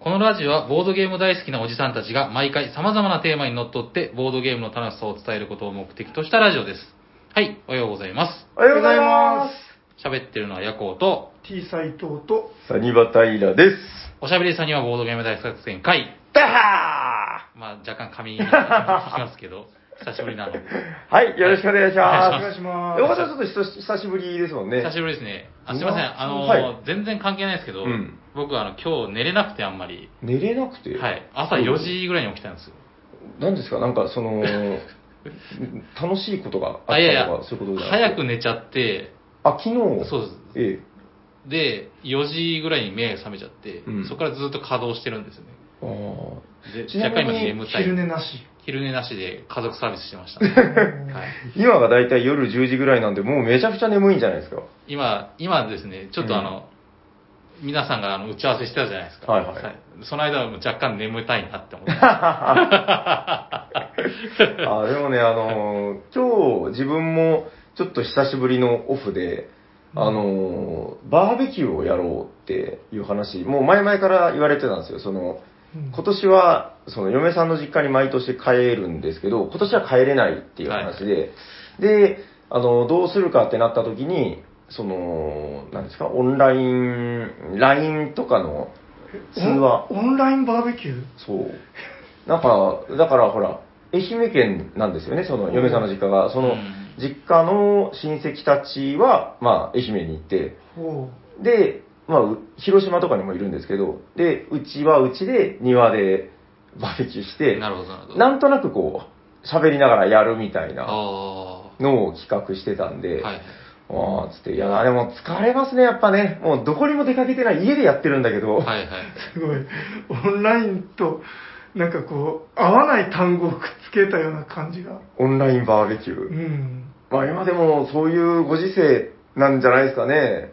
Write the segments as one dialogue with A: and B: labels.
A: このラジオはボードゲーム大好きなおじさんたちが毎回様々なテーマにのっとってボードゲームの楽しさを伝えることを目的としたラジオです。はい、おはようございま
B: おはようございま
A: す。喋ってるのはヤコウと、
B: す。T 斎藤と、
C: サニバタイラです。
A: おしゃべりさんにはボードゲーム大作戦会。
B: ダハ
A: まあ若干髪になってますけ ど、久しぶりなので。
C: はい、よろしくお願いし
B: ーお願
C: ま
B: いし
C: す。
B: ます。
C: よかった、ちょっと久し久しぶりですもんね。
A: 久しぶりですね。あすいません、あの、
C: はい
A: 全然関係ないですけど、
C: うん
A: 僕あの今日寝れなくてあんまり、
C: 寝れなくて。
A: はい、朝4時ぐらいに起きたんですよ。
C: なんですか、なんかその、 楽しいことがあ
A: あ、いやい
C: った
A: や
C: とか、そういうことじゃな
A: 早
C: くて
A: く寝ちゃって、
C: あ、昨日。
A: そうです。
C: え
A: で、4時ぐらいに目が覚めちゃって、
C: うん
A: そこからずっと稼働してるんですよ
C: え。あー
A: ね。
C: ち
A: で、
C: なみ
A: 若干
C: に
A: 今眠たい。
B: 昼
A: 昼寝
B: 寝なし。
A: なしで家族サービスしてました、ねはい。
C: 今がだいたい夜10時ぐらいなんで、もうめちゃくちゃ眠いんじゃないですか。
A: 今、今ですね、ちょっとあの、皆さんがあの打ち合わせしてたじゃないですか。
C: はいはい
A: その間はもう若干眠たいなって思っ て。
C: あでもね、あのー今日自分もちょっと久しぶりのオフで、あのーバーベキューをやろうっていう話、もう前々から言われてたんですよ。その、今年は、その嫁さんの実家に毎年帰るんですけど、今年は帰れないっていう話で、で、あの、どうするかってなった時に、その、なんですか、オンライン、LINE とかの通話、
B: オンオンラインバーベキュー
C: そう。なんか、だからほら、愛媛県なんですよね、その嫁さんの実家が。そ
A: う
C: の
A: ん、
C: 実家の親戚たちは、まあ、愛媛に行って、
B: おう
C: で、まあ、う広島とかにもいるんですけど、で、うちはうちで庭でバーベキューして、
A: なるほど、なるほど。
C: なんとなくこう、喋りながらやるみたいな
A: あ
C: のを企画してたん
A: あー。
C: で、
A: はい。
C: ああ、つって、いや、でも疲れますね、やっぱね。もうどこにも出かけてない、家でやってるんだけど、
A: はいはい。
B: すごい。オンラインと、なんかこう、合わない単語をくっつけたような感じが。
C: オンラインバーベキュ
B: う
C: ー。
B: ん。
C: まあ今でもそういうご時世なんじゃないですかね。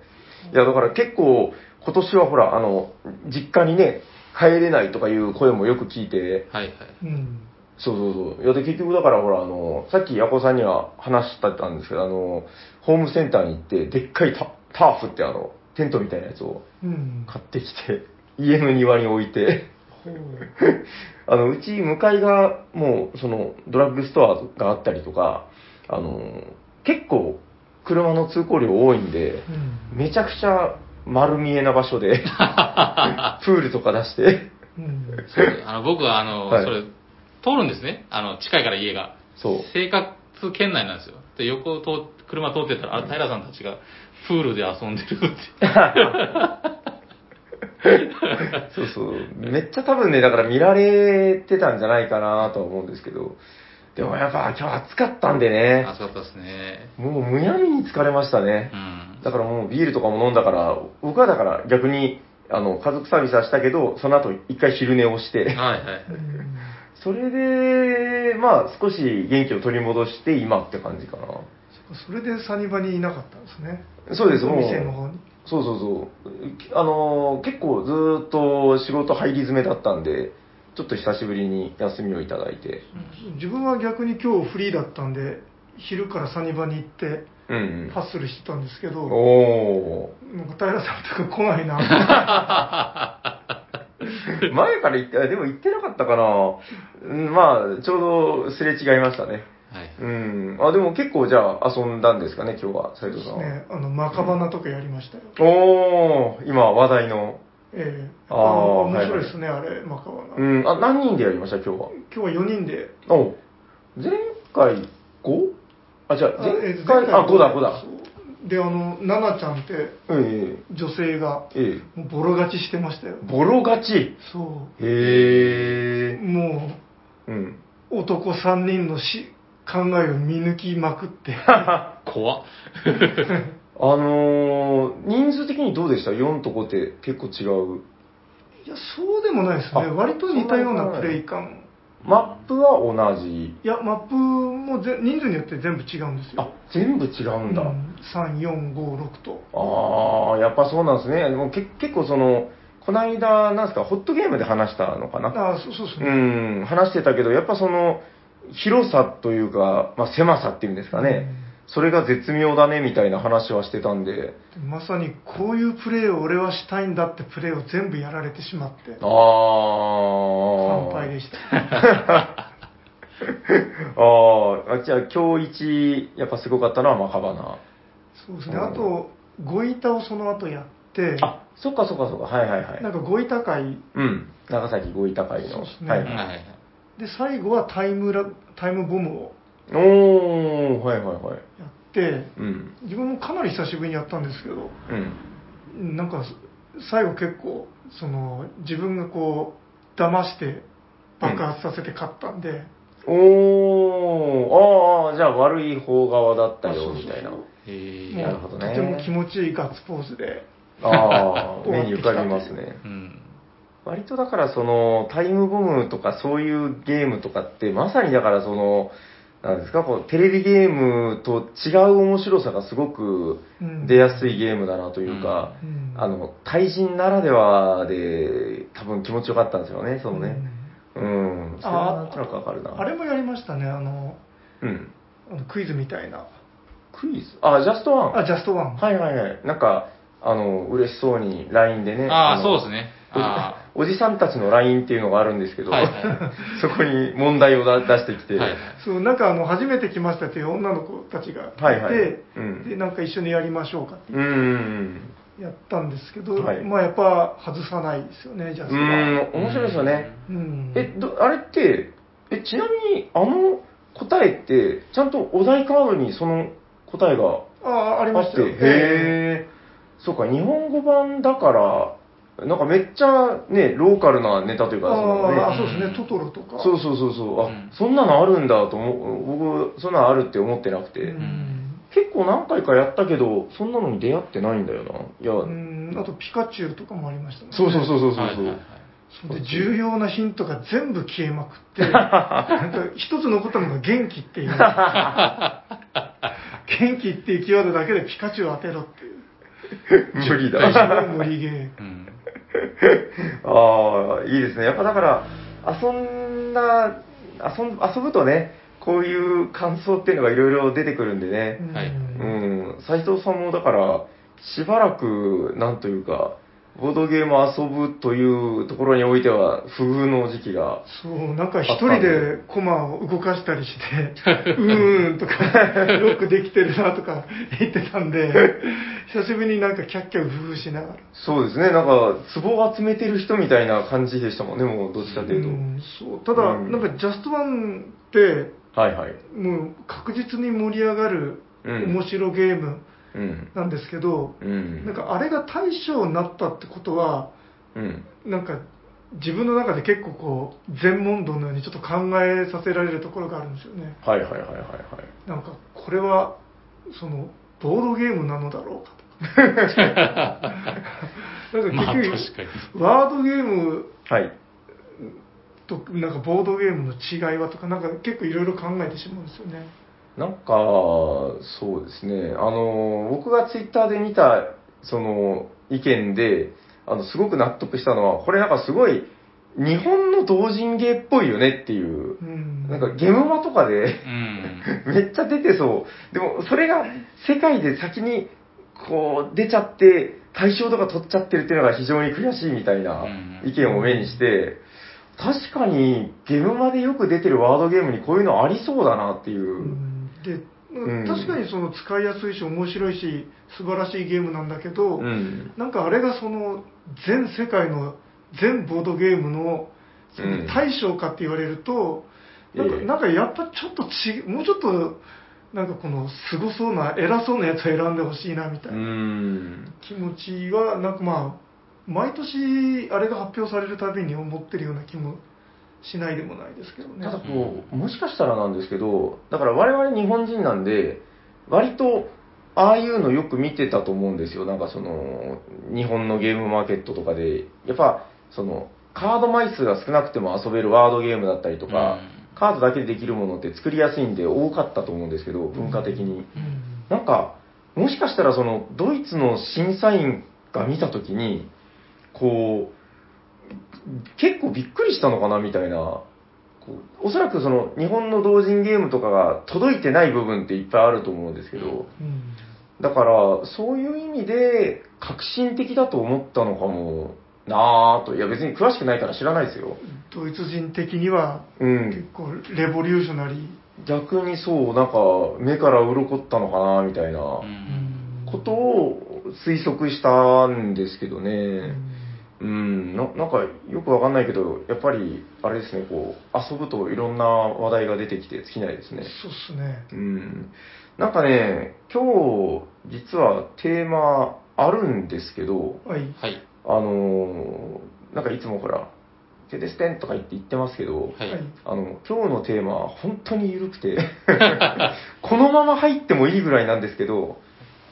C: いや、だから結構、今年はほら、あの、実家にね、帰れないとかいう声もよく聞いて、
A: はいはい。
B: うん。
C: そうそうそう。いや、で、結局だからほら、あの、さっきヤコさんには話してたんですけど、あの、ホームセンターに行って、でっかいタターフってあの、テントみたいなやつを
B: うん。
C: 買ってきて、家の庭に置いて、
B: ほう
C: あの、うち向かいが、もう、その、ドラッグストアがあったりとか、あの、結構、車の通行量多いんで、
B: うん
C: めちゃくちゃ丸見えな場所で、プールとか出して、
B: うん。
A: そうあの僕はあの、
C: はい
A: それ、通るんですね。あの、近いから家が。
C: そう。
A: 生活圏内なんですよ。で、横を通っ車通ってたら、あ、平さんたちがプールで遊んでるって。
C: そうそう。めっちゃ多分ね、だから見られてたんじゃないかなとは思うんですけど、でもやっぱ今日暑かったんでね、
A: 暑かったですね。
C: もうむやみに疲れましたね
A: う。ん。
C: だからもうビールとかも飲んだから、僕はだから逆に、あの、家族サービスはしたけど、その後一回昼寝をし
A: は
C: て、
A: いはい。
B: うん
C: それで、まあ少し元気を取り戻して今って感じかな。
B: そっかそれでサニバにいなかったんですね。
C: そうです、
B: お
C: もう。
B: 店の方に。
C: そうそうそう。あのー、結構ずーっと仕事入り詰めだったんで、ちょっと久しぶりに休みをいただいて。
B: 自分は逆に今日フリーだったんで、昼からサニバに行って、
C: うん、
B: ハッスルしてたんですけ
C: う
B: ど、
C: ん。お
B: なんか平さんとか来な いな。
C: ー。前から言って、あでも言ってなかったかな。うんまあ、ちょうどすれ違いましたね。
A: はい。
C: うん。あ、でも結構じゃあ遊んだんですかね、今日は、斉藤さんは。
B: ね、あの、マカバナとかやりましたよ。
C: おー、今話題の。
B: ええ
C: あー
B: あ面白いですね、あれ、マカバナ。
C: う
B: 今
C: ん。あ、何人でやりました、今日は。
B: 日は4人で。
C: お前回 5? あ、じゃあ、
B: あえ
C: 前
B: ー
C: 回、あ、5だ、5。
B: 前
C: だ
B: 回。そうで、あの、ナナちゃんって
C: え
B: 女性が
C: え、ええ。
B: もうボロ勝ちしてましたよ。
C: ボロ勝ち。
B: そ
C: へ
B: う。
C: え。
B: も
C: うん。
B: う、男3人のし考えを見抜きま くって。
A: 怖っ。
C: あのー、人数的にどうでした ?4 と5って結構違う。
B: いや、そうでもないですね。
C: あ
B: 割と似たようなプレイ感。
C: マップは同じ。
B: いや、マップもぜ人数によって全部違うんですよ。
C: あ、全部違うんだ。
B: 3456と
C: ああ、やっぱそうなんですね。でもけ結構その、この間、なんですか、ホットゲームで話したのかな。
B: ああそうそうです
C: う
B: ね、
C: ん、話してたけど、やっぱその、広さというか、まあ、狭さっていうんですかね。それが絶妙だねみたいな話はしてたんで、
B: まさにこういうプレーを俺はしたいんだってプレーを全部やられてしまって
C: あ
B: 完
C: あ、
B: 敗 でした
C: あーあ、じゃあ今日一、やっぱすごかったのはマカバナ。
B: そうですね
C: うん
B: あと五板をその後やって
C: あ、そっかそっかそっか、はいはいはい
B: な。んか五板会
C: うん、長崎五板会の。
B: そうですね
C: はい
A: はい
C: はい。
A: はい。
B: で最後はタイムラタイムボムを
C: おー、はいはいはい。
B: やって
C: うん、
B: 自分もかなり久しぶりにやったんですけど
C: うん。
B: なんか最後結構その自分がこう騙して爆発させて勝ったんで、
C: おー、あーあー、じゃあ悪い方側だった
B: そ
C: よ
B: うそうそう
C: みた いな。
A: え
B: もう
A: ー、
C: なるほどね
B: とても気持ちいいガッツポーズで
C: ああ、
B: 終わ
C: 目
B: っ
C: に
B: て
C: 浮
B: きた
C: かびますね。
A: うん。
C: 割とだからそのタイムボムとかそういうゲームとかってまさにだからそのなんですかこうテレビゲームと違う面白さがすごく
B: うん
C: 出やすいゲームだなというか、
B: うん
C: あの対人ならではで多分気持ちよかったんですよねその
B: う
C: ね
B: ん
C: うん、それはなんとなくわかるな
B: あれもやりましたねあの
C: うん
B: あのクイズみたいな
C: クイズあジャストワン
B: あジャストワン、
C: はいはいはいなんかあの嬉しそうに LINE でね
A: ああ、
C: の
A: そうですね。あ
C: おじおじさんたちの LINE っていうのがあるんですけ
A: あ。
C: ど、
A: はいは
C: そこに問題をだ出してきて、
A: い。はい。
B: そうなんかあの初めて来ましたっていう女の子たちがいて、
C: はいはいうん
B: でなんか一緒にやりましょうかっ
C: うんうん
B: てやったんですけど、
C: はい
B: まあやっぱ外さないですよねジャス
C: う
B: トワ
C: ん、
B: ン
C: うん面白いですよね。
B: うん
C: えど、あれって、え、ちなみに、あの答えって、ちゃんとお題カードにその答えが
B: ああありま
C: あ
B: し
C: ったて、
B: よ
C: へえ、そうか、日本語版だから、なんかめっちゃね、ローカルなネタというか、その
B: ああ、
C: ね、
B: そうですね、トトロとか。
C: そうそうそうそう、あ、
A: うん
C: そんなのあるんだと思う、僕、そんなのあるって思ってなくて、
B: うん
C: 結構何回かやったけど、そんなのに出会ってないんだよな。いや、
B: うん、あとピカチュウとかもありましたね。
C: そうそうそうそうそうそう。
A: はいはいはい
B: そうで重要なヒントが全部消えまくって、なんか一つ残ったのが元気っていう。元気っていうキーワードだけでピカチュウを当てろっていう。
C: 無理だ。
B: すごい無理ゲー。
A: うん。
C: ああ、いいですね。やっぱだから、遊んだ、遊ん遊ぶとね、こういう感想っていうのがいろいろ出てくるんでね。
B: うん
A: はいう
B: うん
C: ん、斉藤さんもだから、しばらく、なんというか、ボードゲームを遊ぶというところにおいては、不遇の時期が。
B: そう、なんか一人でコマを動かしたりして、うーんとか、よくできてるなとか 言ってたんで、久しぶりになんかキャッキャウフフしながら。
C: そうですね、なんか、壺を集めてる人みたいな感じでしたもんね、もう、どっちかというと。
B: うんそうただ、
C: うん
B: なんかジャストワンって
C: はいはい。
B: もう確実に盛り上がる
C: うん
B: 面白ゲーム
C: うん。
B: なんですけど、
C: うん。
B: なんかあれが大賞になったってことは
C: うん。
B: なんか自分の中で結構こう全問答のようにちょっと考えさせられるところがあるんですよね
C: はいはいはいはいはい。
B: なんかこれはそのボードゲームなのだろうか
A: まあ、確
B: とかなんか結
A: かに。
B: 局、ワードゲーム
C: はい。
B: となんかボードゲームの違いはとかなんか結構いろいろ考えてしまうんですよね
C: なんか、そうですね、あの、僕がツイッターで見た、その、意見で、あの、すごく納得したのは、これなんかすごい、日本の同人芸っぽいよねっていう
B: う、ん
C: なんかゲームマとかで、
A: うん。
C: めっちゃ出てそう。でも、それが世界で先に、こう、出ちゃって、対象とか取っちゃってるっていうのが非常に悔しいみたいな
A: うん
C: 意見を目にして、確かにゲームまでよく出てるワードゲームにこういうのありそうだなっていうう。
B: んで、
C: うん
B: 確かにその使いやすいし面白いし素晴らしいゲームなんだけ
C: う
B: ど、
C: ん。
B: なんかあれがその全世界の全ボードゲームのそ
C: うん
B: の大賞かって言われると、なんか
C: ええ
B: なんかやっぱちょっとちもうちょっとなんかこのすごそうな偉そうなやつを選んでほしいなみたいうな
C: ーん。
B: 気持ちはなんかまあ毎年あれが発表されるたびに思ってるような気もしないでもないですけどね
C: ただこう、もしかしたらなんですけど、だから我々日本人なんで、割と、ああいうのよく見てたと思うんですよ。なんかその、日本のゲームマーケットとかで、やっぱ、その、カード枚数が少なくても遊べるワードゲームだったりとか、カードだけでできるものって作りやすいんで多かったと思うんですけど、文化的に。
B: うん
C: なんか、もしかしたらその、ドイツの審査員が見たときに、こう、結構びっくりしたのかなみたいな、こおそらくその日本の同人ゲームとかが届いてない部分っていっぱいあると思うんですけど、
B: うん
C: だから、そういう意味で革新的だと思ったのかもなぁと。いや別に詳しくないから知らないですよ。
B: ドイツ人的には
C: うん
B: 結。構レボリューショナリー、
C: 逆にそう、なんか目から鱗ったのかなみたいな
A: う
B: うんん
C: ことを推測したんですけど
B: う
C: ね。
B: ん
C: うん、ななんかよくわかんないけど、やっぱりあれですね、こう、遊ぶといろんな話題が出てきて尽きないですね。
B: そうっすね
C: うん。なんかね、今日実はテーマあるんですけど、
B: はい
A: はい。
C: あのーなんかいつもほら、テデステンとか言って言ってますけど、
A: はい。
B: はい
C: あの、今日のテーマ、本当に緩 くて、このまま入ってもいいぐらいなんですけど、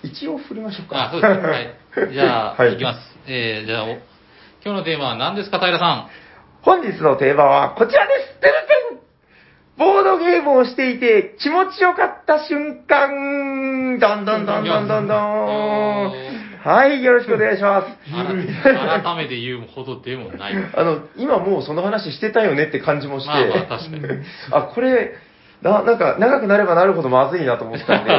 C: 一応振りましょう
A: あ、
C: か。
A: そうですね。はい。じゃあ、
C: はい
A: い、きます。えー、じゃあ、お今日のテーマは何ですか、平さ
C: 本日のテーマはこちらですテデステンボードゲームをしていて気持ちよかった瞬間どんどんどんどんどんど
A: ん。
C: ん
A: あ
C: はい、よろしくお願いします。
A: ら改めて言うほどでもない。
C: あの、今もうその話してたよねって感じもして、
A: まあまあ、確かに。
B: うん
C: あ、これ、な、なんか、長くなればなるほどまずいなと思ったんで、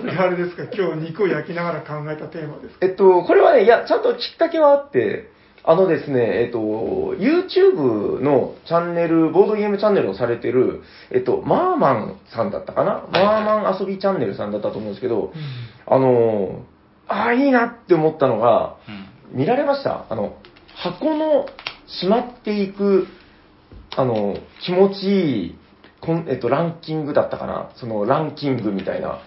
B: それがあれですか今日肉を焼きながら考えたテーマですか
C: えっと、これはね、いや、ちゃんときっかけはあって、あのですね、えっと、YouTube のチャンネル、ボードゲームチャンネルをされてる、えっと、マーマンさんだったかな、
A: いはい
C: マーマン遊びチャンネルさんだったと思うんですけど、あのー、ああ、いいなって思ったのが、
A: うん
C: 見られましたあの、箱のしまっていく、あの、気持ちいい、こんえっと、ランキングだったかなそのランキングみたいな。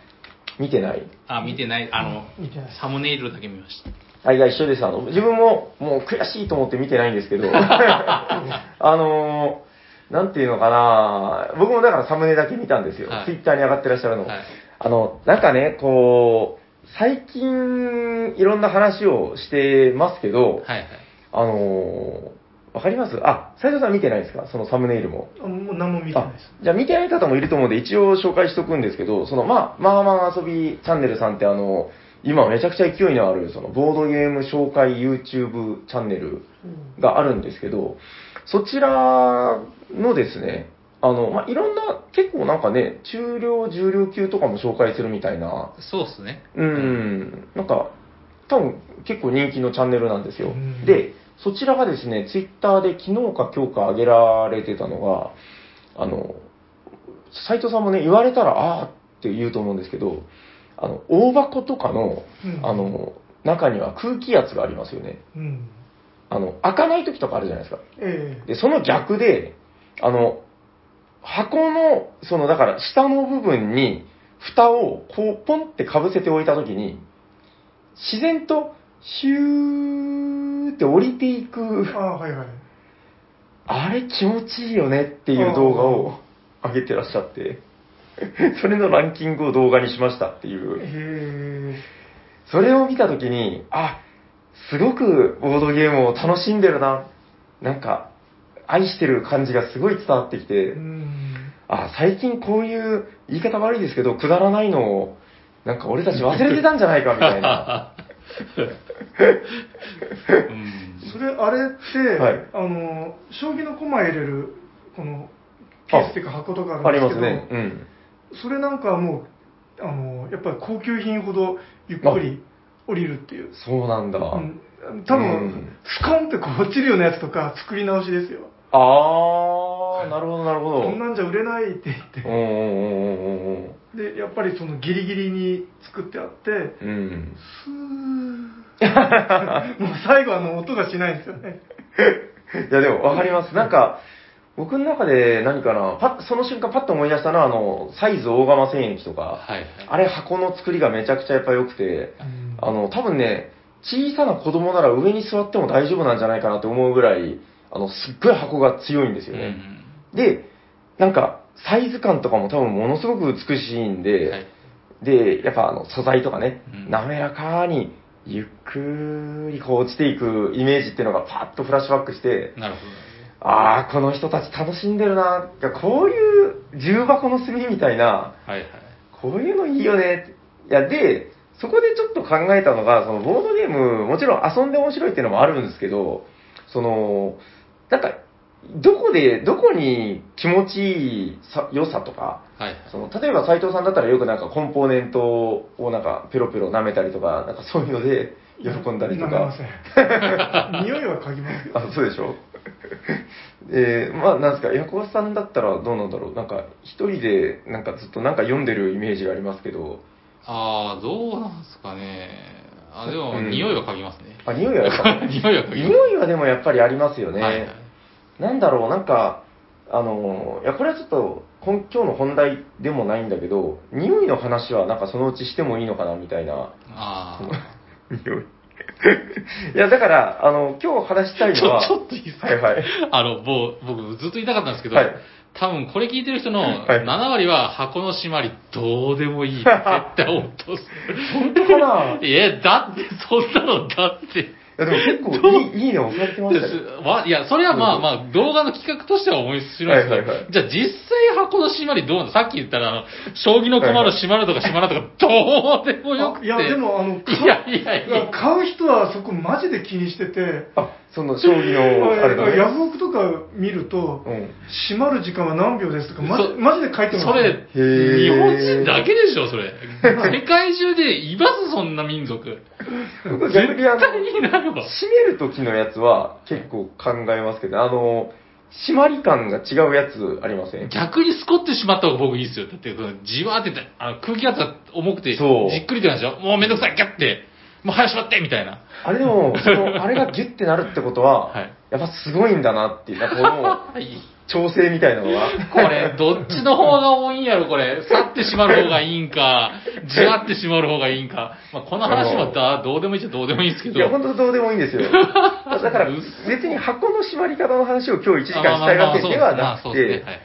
C: 見てない
A: あ、見てない。あの、
B: 見てない
A: サムネイルだけ見ました。
C: あ、いや、一緒です。あの、自分も、もう悔しいと思って見てないんですけ ど、あのーなんていうのかな僕もだからサムネだけ見たんですよ。
A: はい
C: ツイッターに上がってらっしゃるのを。
A: はい。
C: あの、なんかね、こう、最近、いろんな話をしてますけど、
A: はいはい。
C: あのーわかりますあ、斉藤さん見てないですかそのサムネイルも。
B: あもう何も見てないです
C: あじゃあ見てない方もいると思うんで、一応紹介しとくんですけど、その、まあ、まあまあ遊びチャンネルさんってあの、今めちゃくちゃ勢いのある、その、ボードゲーム紹介 YouTube チャンネル
B: うん
C: があるんですけど、そちらのですね、あの、まあ、いろんな、結構なんかね、中量、重量級とかも紹介するみたいな、
A: そうですね。
C: うん、なんか、多分結構人気のチャンネルなんですよ。
B: うん
C: で、そちらがですね、ツイッターで昨日か今日か上げられてたのが、あの、斉藤さんもね、言われたら、あーって言うと思うんですけど、あの、大箱とかの、
B: うん
C: あの、中には空気圧がありますよね。
B: うん
C: あの、開かない時とかあるじゃないですか。
B: ええ
C: で、その逆で、あの、箱の、その、だから、下の部分に、蓋を、こう、ポンって被せておいたときに、自然と、ヒューって降りていく、
B: あはいはい
C: あれ気持ちいいよねっていう動画を上げてらっしゃって、それのランキングを動画にしましたっていう。
B: え
C: それを見たときに、あ、すごくボードゲームを楽しんでるな。なんか、愛してる感じがすごい伝わってき
B: え
C: て、
B: うん
C: あ、最近こういう言い方悪いですけど、くだらないのを、なんか俺たち忘れてたんじゃないかみたいな。
A: うん。
B: それあれって、
C: はい
B: あの将棋の駒入れるこのケースっていうか箱とか
C: あ
B: あ
C: り
B: るん
C: ま
B: ですすけど
C: ね。うん。
B: それなんかはもうあのやっぱり高級品ほどゆっくり降りるっていう、
C: そうなんだ。
B: うん、多分、
C: うん
B: スコンってこう落ちるようなやつとか作り直しですよ
C: あー、なるほど、なるほど。
B: こんなんじゃ売れないって言って
C: うんうんうんうんうん
B: でやっぱりそのギリギリに作ってあって
C: うん。うん。
B: スーもう最後あの音がしないんですよね
C: いや、でもわかります。なんか、僕の中で何かな、パッその瞬間パッと思い出したのは、あの、サイズ大釜戦役とか、
A: はいはい。
C: あれ箱の作りがめちゃくちゃやっぱ良くて、あの、多分ね、小さな子供なら上に座っても大丈夫なんじゃないかなって思うぐらい、あの、すっごい箱が強いんですよ
A: う
C: ね。
A: ん
C: で、なんか、サイズ感とかも多分ものすごく美しいんで、
A: はい
C: で、やっぱあの、素材とかね、
A: うん
C: 滑らかに、ゆっくりこう落ちていくイメージっていうのがパッとフラッシュバックして、
A: なるほ
C: ああ、この人たち楽しんでるな、いやこういう重箱の炭みたいな、
A: ど。はいはい。
C: こういうのいいよね。いや、で、そこでちょっと考えたのが、そのボードゲーム、もちろん遊んで面白いっていうのもあるんですけど、その、なんか、どこで、どこに気持ちいいさ良さとか、
A: はいはい。
C: その例えば斉藤さんだったらよくなんかコンポーネントをなんかペロペロ舐めたりとか、なんかそういうので喜んだりと
B: 舐め
C: か
B: ま。せ ん匂いは嗅ぎますよ
C: あ、そうでしょ えー、まあなんですか、ヤコバさんだったらどうなんだろう。なんか一人でなんかずっとなんか読んでるイメージがありますけど、
A: ああ、どうなんですかね。あ、でも、
C: うん
A: 匂いは嗅ぎますね。
C: あ、匂いはやっぱ
A: 匂いは嗅ぎます。
C: 匂いはでもやっぱりありますよね。
A: はいはい。
C: なんだろう、なんか、あの、いや、これはちょっと、本今日の本題でもないんだけど、匂いの話はなんかそのうちしてもいいのかなみたいな。
A: あ
C: 匂い いや、だから、あの、今日話した
A: あ。
C: い
A: ちょ
C: のは、
A: ちょっといいですか
C: はいはい。
A: あの、もう、僕ずっと言いたかったんですけど、
C: はい
A: 多分これ聞いてる人の
C: はい
A: 7割は箱の締まりどうでもいいって絶対思ってます。
C: 本当かない
A: や、だって、そんなのだって。
C: や、でも結構いい、いいの送られてましたよ。
A: ですわいや、それはまあまあ、動画の企画としては面白いですけど、
C: はいはいはい
A: じゃあ実際箱の締まりどうなのさっき言ったら、あの、将棋の駒の締まるとか締まらんとか、どうでもよく
B: あ
A: て。
B: いやで、もあの
A: いやいやいや、
B: 買う人はそこマジで気にしてて
C: あ、その、将棋の、あれだ
B: ヤ
C: ね。
B: フオクとか見ると、
C: うん。
B: 閉まる時間は何秒ですとかマジ
A: そ
B: マジで書いてます
A: それ、
C: ー
A: 日本人だけでしょ、それ。世界中でいます、そんな民族。絶
C: 逆にあの、
A: 対になるわ。
C: 閉める時のやつは結構考えますけど、あの、締まり感が違うやつありません
A: 逆にスコってしまった方が僕いいですよ。だって、このじわーってて、あの空気圧が重くて、じ
C: そう
A: っくりとなんでしょもうめんどくさい、ギャッて、もう早しまってみたいな。
C: あれでも、その、あれがギュッてなるってことは、
A: はい
C: やっぱすごいんだなっていう、なんか
A: はい。
C: この、調整みたいな のが。
A: これ、どっちの方が多いんやろ、これ。去ってしまる方がいいんか、じわってしまる方がいいんか。まあ、この話もだどうでもいいっちゃどうでもいいんですけ
C: いや、
A: ど。
C: 本当どうでもいいん ですよ。だから、別に箱の締まり方の話を今日1時間したいわけで
A: まあま
C: はな
A: あまあそう
C: く
A: です
C: て
A: ね、はい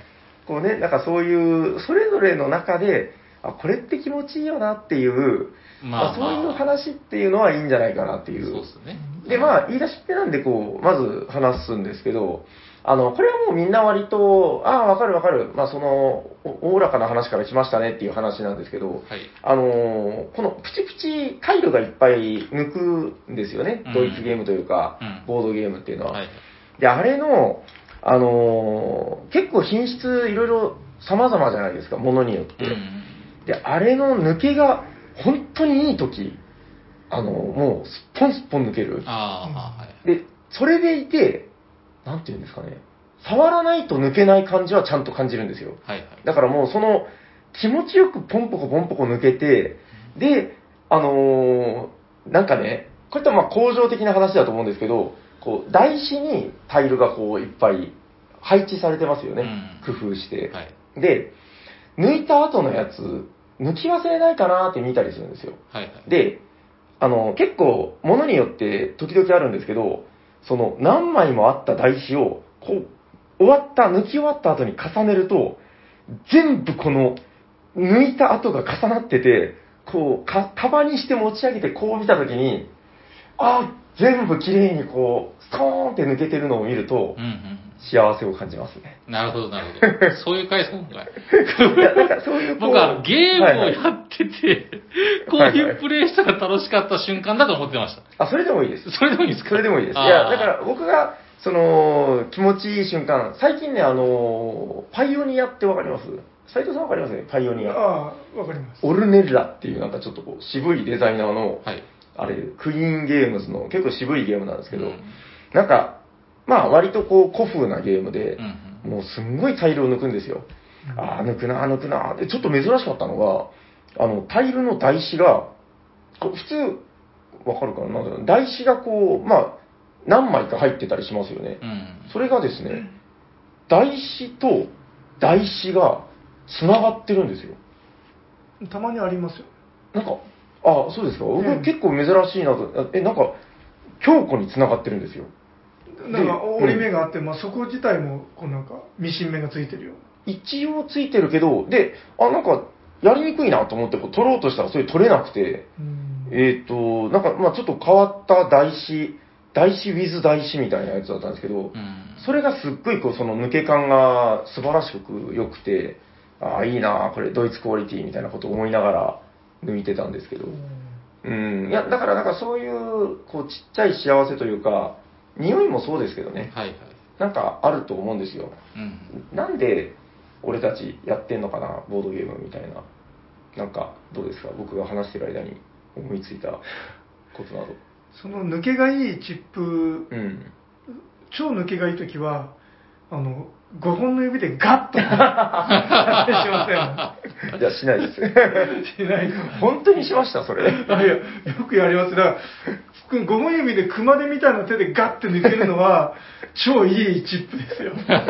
C: こうね、なんかそういう、それぞれの中で、あ、これって気持ちいいよなっていう、
A: ま
C: ま
A: あ
C: あ、
A: まあ
C: そういう話っていうのはいいんじゃないかなっていう。
A: そうですね。
C: で、まあ、言い出しっぺなんで、こう、まず話すんですけど、あの、これはもうみんな割と、ああ、わかるわかる、まあ、その、おおおらかな話から来ましたねっていう話なんですけど、
A: はい。
C: あのーこのプチプチタイルがいっぱい抜くんですよね
A: うん、
C: ドイツゲームというか、
A: うん
C: ボードゲームっていうのは。
A: はい。
C: で、あれの、あのー結構品質いろいろ様々じゃないですか、ものによって。
A: うん。
C: で、あれの抜けが本当にいい時あの、もうすっぽんすっぽん抜ける。
A: ああ、はい。
C: で、それでいて、なんていうんですかね、触らないと抜けない感じはちゃんと感じるんですよ。
A: はいはい。
C: だからもうその、気持ちよくポンポコポンポコ抜けて、で、あのーなんかね、これってまあ工場的な話だと思うんですけど、こう、台紙にタイルがこういっぱい配置されてますよね。
A: うん
C: 工夫して。
A: はい。
C: で、抜いた後のやつ、抜き忘れないかなって見たりするんですよ。
A: はいはい。
C: で、あの、結構、ものによって時々あるんですけど、その、何枚もあった台紙を、こう、終わった、抜き終わった後に重ねると、全部この、抜いた跡が重なってて、こう、か、カバンにして持ち上げてこう見たときに、あ全部綺麗にこう、ストーンって抜けてるのを見ると
A: うん、うん。
C: 幸せを感じますね。
A: なるほど、なるほ ど。そういう回ですか、今回。
C: いや、なんかそういうこう
A: 僕はゲームを
C: はいはい
A: やってて、こういうプレイしたら楽しかった瞬間だと思ってました。
C: あ、それでもいいです。
A: それでもいいですか
C: それでもいいです。い
A: あー
C: や、だから僕が、その、気持ちいい瞬間、最近ね、あの、パイオニアってわかります斉藤さんわかりますね、パイオニア。
B: ああわかります
C: オルネッラっていうなんかちょっとこう渋いデザイナーの、
A: はい。
C: あれ、クイーンゲームズの結構渋いゲームなんですけど、
A: うん
C: なんか、まあ割とこう古風なゲームで
A: うんう、ん
C: もうすんごいタイルを抜くんですよ。ああ、抜くな、抜くな。で、ちょっと珍しかったのが、あの、タイルの台紙が、こう普通、わかるかななんだろう台紙がこう、まあ、何枚か入ってたりしますよね。
A: うん。
C: それがですね、台紙と台紙が繋がってるんですよ。
B: たまにありますよ
C: なんか、あそうですか。僕
B: うん
C: 結構珍しいなと、あえ、なんか、強固に繋がってるんですよ。
B: なんか
C: で
B: 折り目があって、まあ、そこ自体もこうなんかミシン目がついてるよ
C: 一応ついてるけど、で、あ、なんか、やりにくいなと思って、こう取ろうとしたらそれ取れなくて、
B: うな
C: えっ、と、なんか、まあちょっと変わった台紙、台紙 with 台紙みたいなやつだったんですけど
A: う、ん。
C: それがすっごいこう、その抜け感が素晴らしく良くて、ああ、いいなあこれドイツクオリティみたいなことを思いながら抜いてたんですけど。うん、いや、だからなんかそういう、こう、ちっちゃい幸せというか、匂いもそうですけどね。
A: はいはい。
C: なんかあると思うんですよ。
A: うん。
C: なんで俺たちやってんのかな、ボードゲームみたいな。なんか、どうですか僕が話してる間に思いついたことなど。
B: その抜けがいいチップ
C: うん。
B: 超抜けがいい時はあの5本の指でガ ッとしま
C: いや、しない です。
B: せんしないか
C: 本当にしました、それ。
B: あいやよくやりますだから5本指で熊手みたいな手でガッて抜ける のは超いいチップですよ
C: あ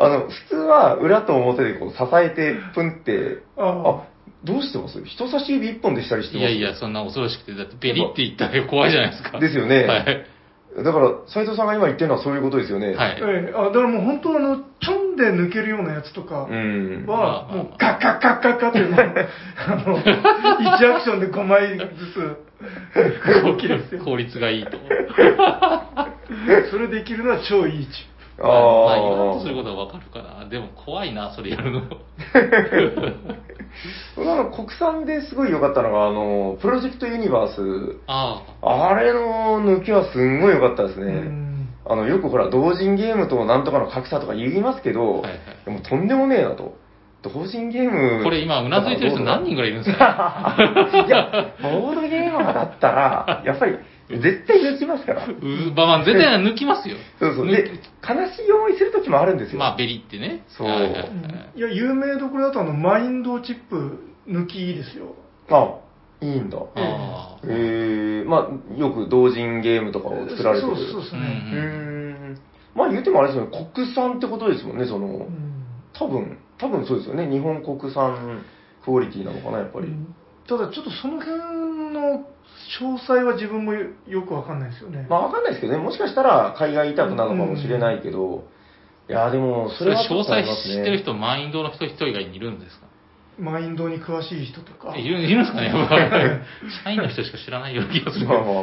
C: の、普通は裏と表でこう支えて、プンって、
B: あ
C: あ、どうしてます人差し指一本でしたりして
A: い
C: ま
A: や
C: す
A: いや、そんな恐ろしくて、だってベリって言ったら怖いじゃないですか。
C: ですよね
A: はい。
C: だから、斉藤さんが今言ってるのはそういうことですよね。
A: はい
B: ええあだからもう本当あのちょんで抜けるようなやつとか
C: うん。
B: は、もうガッガッガッガッガッってもうあ の1アクションで5枚ずつ動きですよ
A: 効率がいいと。
B: それできるのは超いいチップ
C: あ
A: まあ、意外とするこ
C: あ。
A: とはわかるかな。でも怖いな、それや るの。
C: あの、国産ですごい良かったのが、あの、プロジェクトユニバース、
A: ああ。
C: あれの抜きはすんごい良かったです
B: う
C: ね。
B: ん
C: あの、よくほら、同人ゲームとなんとかの格差とか言いますけど、
A: はいはい
C: でもとんでもねえなと。同人ゲーム。
A: これ今、うなずいてる人何人ぐらいいるんです か
C: いや、ボードゲーマーだっ たら、やっぱり、絶対抜きますから。
A: ねうまあまあ、絶対抜きますよ。
C: そうそう。
A: 抜
C: で、悲しい思いする時もあるんですよ。
A: まあ、ベリってね。
C: そう
A: はいはいはい
B: いや、有名どころだとあの、マインドチップ抜きいいですよ。
C: あ、いいんだ。
A: ああ。
C: えー、まあ、よく同人ゲームとかを作られてる。
B: そうそうです
C: う
B: ね。
C: ーん。まあ、言うてもあれですよね、国産ってことですもんね、その、
B: うん
C: 多分、多分そうですよね、日本国産クオリティなのかな、やっぱり。
B: ただちょっとその辺の詳細は自分もよくわかんないですよね。
C: まあ、わかんないですけどね、もしかしたら海外委託なのかもしれないけど、いやー、でも、
A: そ
C: そ
A: れ
C: れは
A: 詳細
C: ちょっとあります
A: 知
C: ね
A: ってる人、マインドの人一人以外にいるんですか
B: マインドに詳しい人とか。
A: いるいるんですかね やっぱ社員の人しか知らないような気がする。
C: まあまあ
A: まあまあま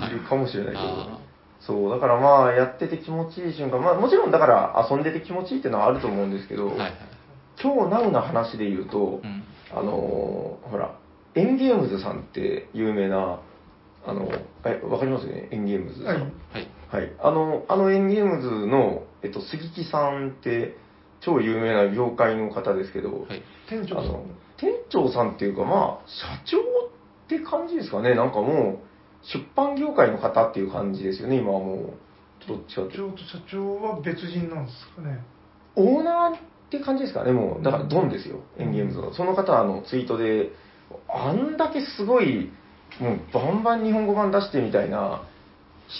A: あはい
C: いるかもしれないけど
A: あ。
C: そう、だからまあ、やってて気持ちいい瞬間、まあ、もちろんだから遊んでて気持ちいいっていうのはあると思うんですけど、
A: ーはいはい。
C: 今日ナウな話で言うと
A: う、ん。
C: あのーほら、エンゲームズさんって有名な、あの、え、わかりますよねエンゲームズさ
B: は
C: ん。
B: い
C: はい。
A: はい。
C: あの、あのエンゲームズの、えっと、杉木さんって、超有名な業界の方ですけど、
A: はい。
B: 店
C: あ
B: 長さん
C: の。、店長さんっていうか、まあ、社長って感じですかね。なんかもう、出版業界の方っていう感じですよね、今はもう。どっちかって
B: 社長と社長は別人なんですかね。
C: オーナーって感じですかね、もう、だからドンですよ、エンゲームズの。その方はあのツイートで、あんだけすごい、もうバンバン日本語版出してみたいな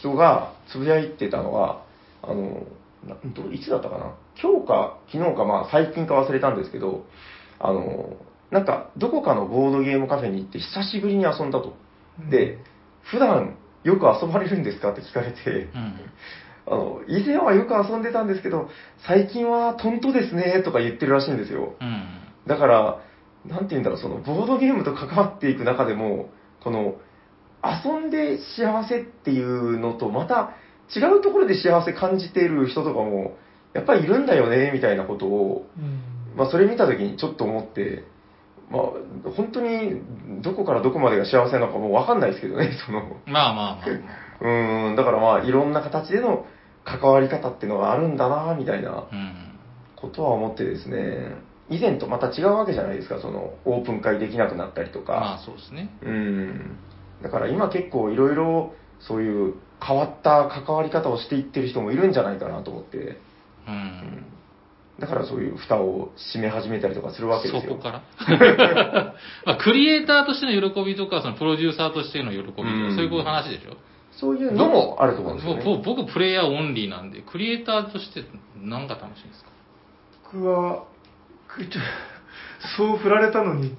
C: 人がつぶやいてたのが、あの、などいつだったかな、今日か昨日か、まあ最近か忘れたんですけど、あの、なんか、どこかのボードゲームカフェに行って久しぶりに遊んだと。
B: うん
C: で、普段よく遊ばれるんですかって聞かれて、
A: うん。
C: あの、以前はよく遊んでたんですけど、最近はトントですね、とか言ってるらしいんですよ。
A: うん。
C: だから、なんて言うんだろう、その、ボードゲームと関わっていく中でも、この、遊んで幸せっていうのと、また違うところで幸せ感じている人とかも、やっぱりいるんだよね、みたいなことを、
B: うん
C: まあ、それ見た時にちょっと思って、まあ、本当に、どこからどこまでが幸せなのかもうわかんないですけどね、その、
A: まあまあまあ。
C: うーん、だからまあ、いろんな形での関わり方っていうのがあるんだな、みたいな
A: うん。
C: ことは思ってですね、以前とまた違うわけじゃないですか、その、オープン会できなくなったりと
A: まあ
C: か。
A: そうですね。
C: うーん。だから今結構いろいろ、そういう変わった関わり方をしていってる人もいるんじゃないかなと思って、
A: う。
C: うんんだからそういう蓋を閉め始めたりとかするわけで
A: そ
C: すよ。
A: こから まあ、クリエイターとしての喜びとか、そのプロデューサーとしての喜びとか、
C: うん
A: そういう話でしょ
C: そういうのもあると思うんですよ、ね。
A: 僕、僕僕プレイヤーオンリーなんで、クリエイターとして何が楽しいんですか
B: 僕は、くちょそう振られたのに、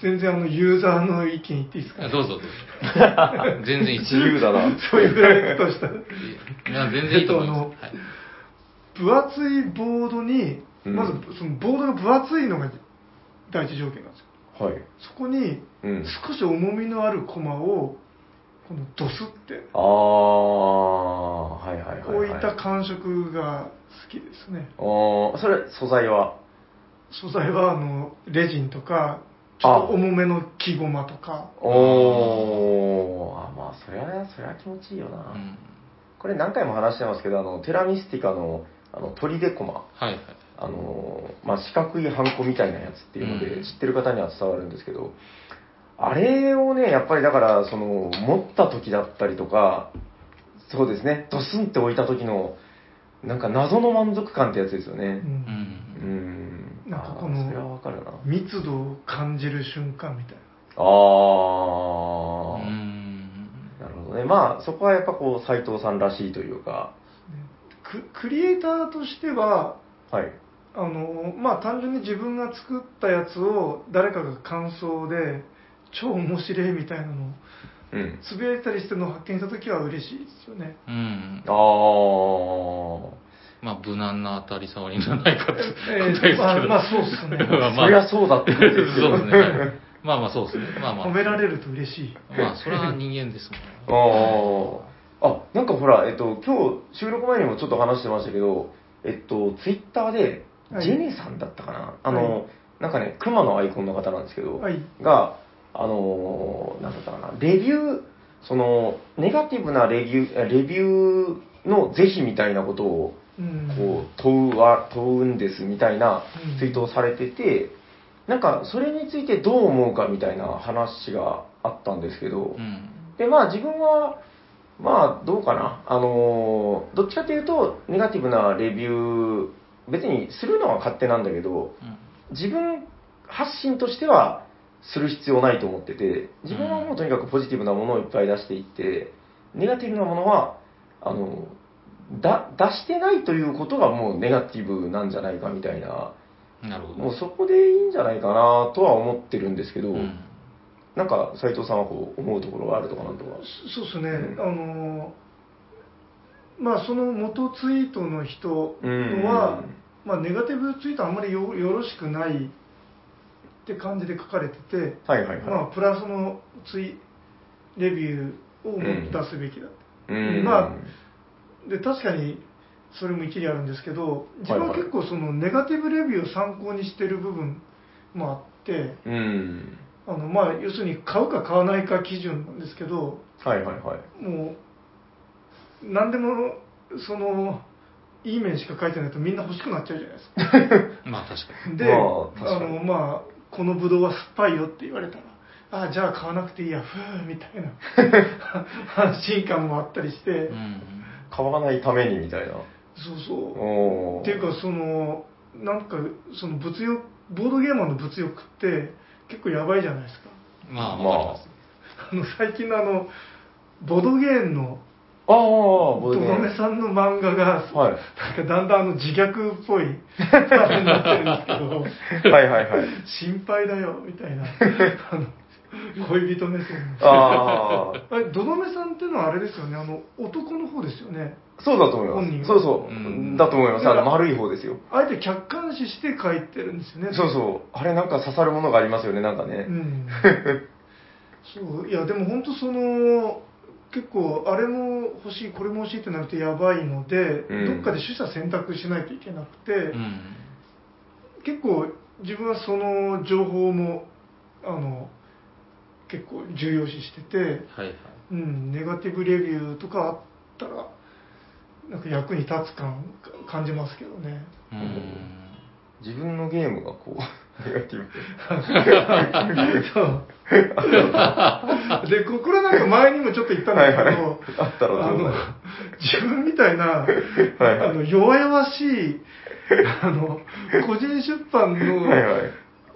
B: 全然あの、ユーザーの意見言っていいですか
A: あどうぞどうぞ。全然いい
C: 自由だな。
B: そういう振られ方したら。
A: いや全然いいと思います。はい
B: 分厚いボードに、
C: うん
B: まずそのボードの分厚いのが第一条件なんですよ
C: はい。
B: そこに
C: うん。
B: 少し重みのある駒をこのドスって
C: ああ、はいはいはい、はい。
B: こういった感触が好きですね
C: おーそれ素材は
B: 素材はあのレジンとかちょっと重めの木駒とか
C: おーあまあそれはそれは気持ちいいよな、
A: うん
C: これ何回も話してますけど、あの、テラミスティカの、あの、砦駒。
A: はいはい。
C: あのーまあ、四角いハンコみたいなやつっていうの
A: う
C: で
A: ん
C: 知ってる方には伝わるんですけど、あれをねやっぱりだからその持った時だったりとかそうですねドスンって置いた時のなんか謎の満足感ってやつですよね
B: う
A: うん。
C: うんん
B: なんか
C: あー
B: この
C: それはわかるな
B: 密度を感じる瞬間みたい
A: うん。う
C: ああ、
A: ん。
C: なるほどねまあそこはやっぱこう斎藤さんらしいというか
B: な、ねククリエイターとしては
C: はい
B: あのまあ単純に自分が作ったやつを誰かが感想で超面白いみたいなのを
C: うん
B: つぶやいたりしてるのを発見した時は嬉しいですよね
A: うん
C: あ。あ
A: まあ、無難な当たり障りじゃないかと。
B: えーとまあまあそうっすね
A: まあま
C: そり
A: あ、
C: ゃ
A: そ
C: そうだって
A: うですね。はいまあまあ、そうですね。まあまあ。
B: 褒められると嬉しい
A: まあ、それは人間ですもんね。
C: ああ。あ、なんかほら、えっと、今日収録前にもちょっと話してましたけど、えっと、ツイッターで、
B: はい
C: ジェニーさんだったかな、あ
B: は
C: の、なんかね、熊のアイコンの方なんですけど、
B: はい
C: が、あのーなんだったかな、レビュー、その、ネガティブなレビュー、レビューの是非みたいなことを、
B: うん
C: こう問うわ問うんですみたいな
B: うん
C: ツイートをされてて、なんかそれについてどう思うかみたいな話があったんですけど、
A: うん。
C: でまあ自分はまあどうかなあのーどっちかというとネガティブなレビュー別にするのは勝手なんだけど
A: うん
C: 自分発信としてはする必要ないと思ってて自分はもうとにかくポジティブなものをいっぱい出していってネガティブなものはあのだ出してないということがもうネガティブなんじゃないかみたいな
A: なるほど。
C: もうそこでいいんじゃないかなとは思ってるんですけど、
A: うん
C: なんか斉藤さんはこう思うところがあるとかなんとか。
B: そそうですね、あのまあその元ツイートの人は、
C: うん
B: まあ、ネガティブツイートあんまりよよろしくないって感じで書かれてて、
C: はいはいはい。
B: まあ、プラスのツイレビューをもっと出すべきだ、
C: うん
B: まで確かにそれも一理あるんですけど自分は
C: はいはい
B: 結構そのネガティブレビューを参考にしてる部分もあって
C: うん。
B: あのまあ要するに買うか買わないか基準なんですけど
C: はいはいはい。
B: もう何でもそのいい面しか書いてないとみんな欲しくなっちゃうじゃないですか
A: まあ、確か
B: で、
C: まあ
B: あ、
C: 確かに
B: のまあこのブドウは酸っぱいよって言われたらああじゃあ買わなくていいやふーみた いな安心感もあったりして、
A: に。うん。
C: 買わないためにみたいな。
B: そうそう
C: おー
B: っていうかそのなんかその物欲ボードゲーマーの物欲って結構やばいじゃないですか
A: まあ、わかります。
B: あの最近のあのボドゲーンの
C: ああ、ボ
B: ド
C: ードゲ
B: ガ
C: ーム
B: メさんの漫画が
C: はい。
B: なんかだんだんあの自虐っぽい感じになってるんですけど、
C: はいはいはい。
B: 心配だよみたいな、あの恋人目線の。
C: ああ。
B: あれ、どどめさんっていうのはあれですよね、あの男の方ですよね。
C: そうだと思
B: 本
C: いま
B: 人
C: す。そうそうう。
A: ん
C: だと思います。あの、丸い方ですよ。
B: あえて客観視して書いてるんですよね。
C: そうそう。あれなんか刺さるものがありますよね、なんかね
B: う。ん。 そう、いや、でも本当その、結構あれも欲しい、これも欲しいってなるとやばいので、
C: うん
B: どっかで取捨選択しないといけなくて、
A: うん。
B: 結構自分はその情報もあの結構重要視してて、
A: はいはい。
B: うん、ネガティブレビューとかあったらなんか役に立つ感感じますけどね
A: うん。
C: 自分のゲームがこう、ネ ガティブ。
B: そう でここれなんか前にもちょっと言ったん
C: は
B: で
C: い
B: すけ
C: はい
B: ど。
C: あったら
B: あ
C: どう
B: の
C: なる
B: 自分みたいな、
C: はいはい
B: あの弱々しいあの個人出版の、
C: はいはい。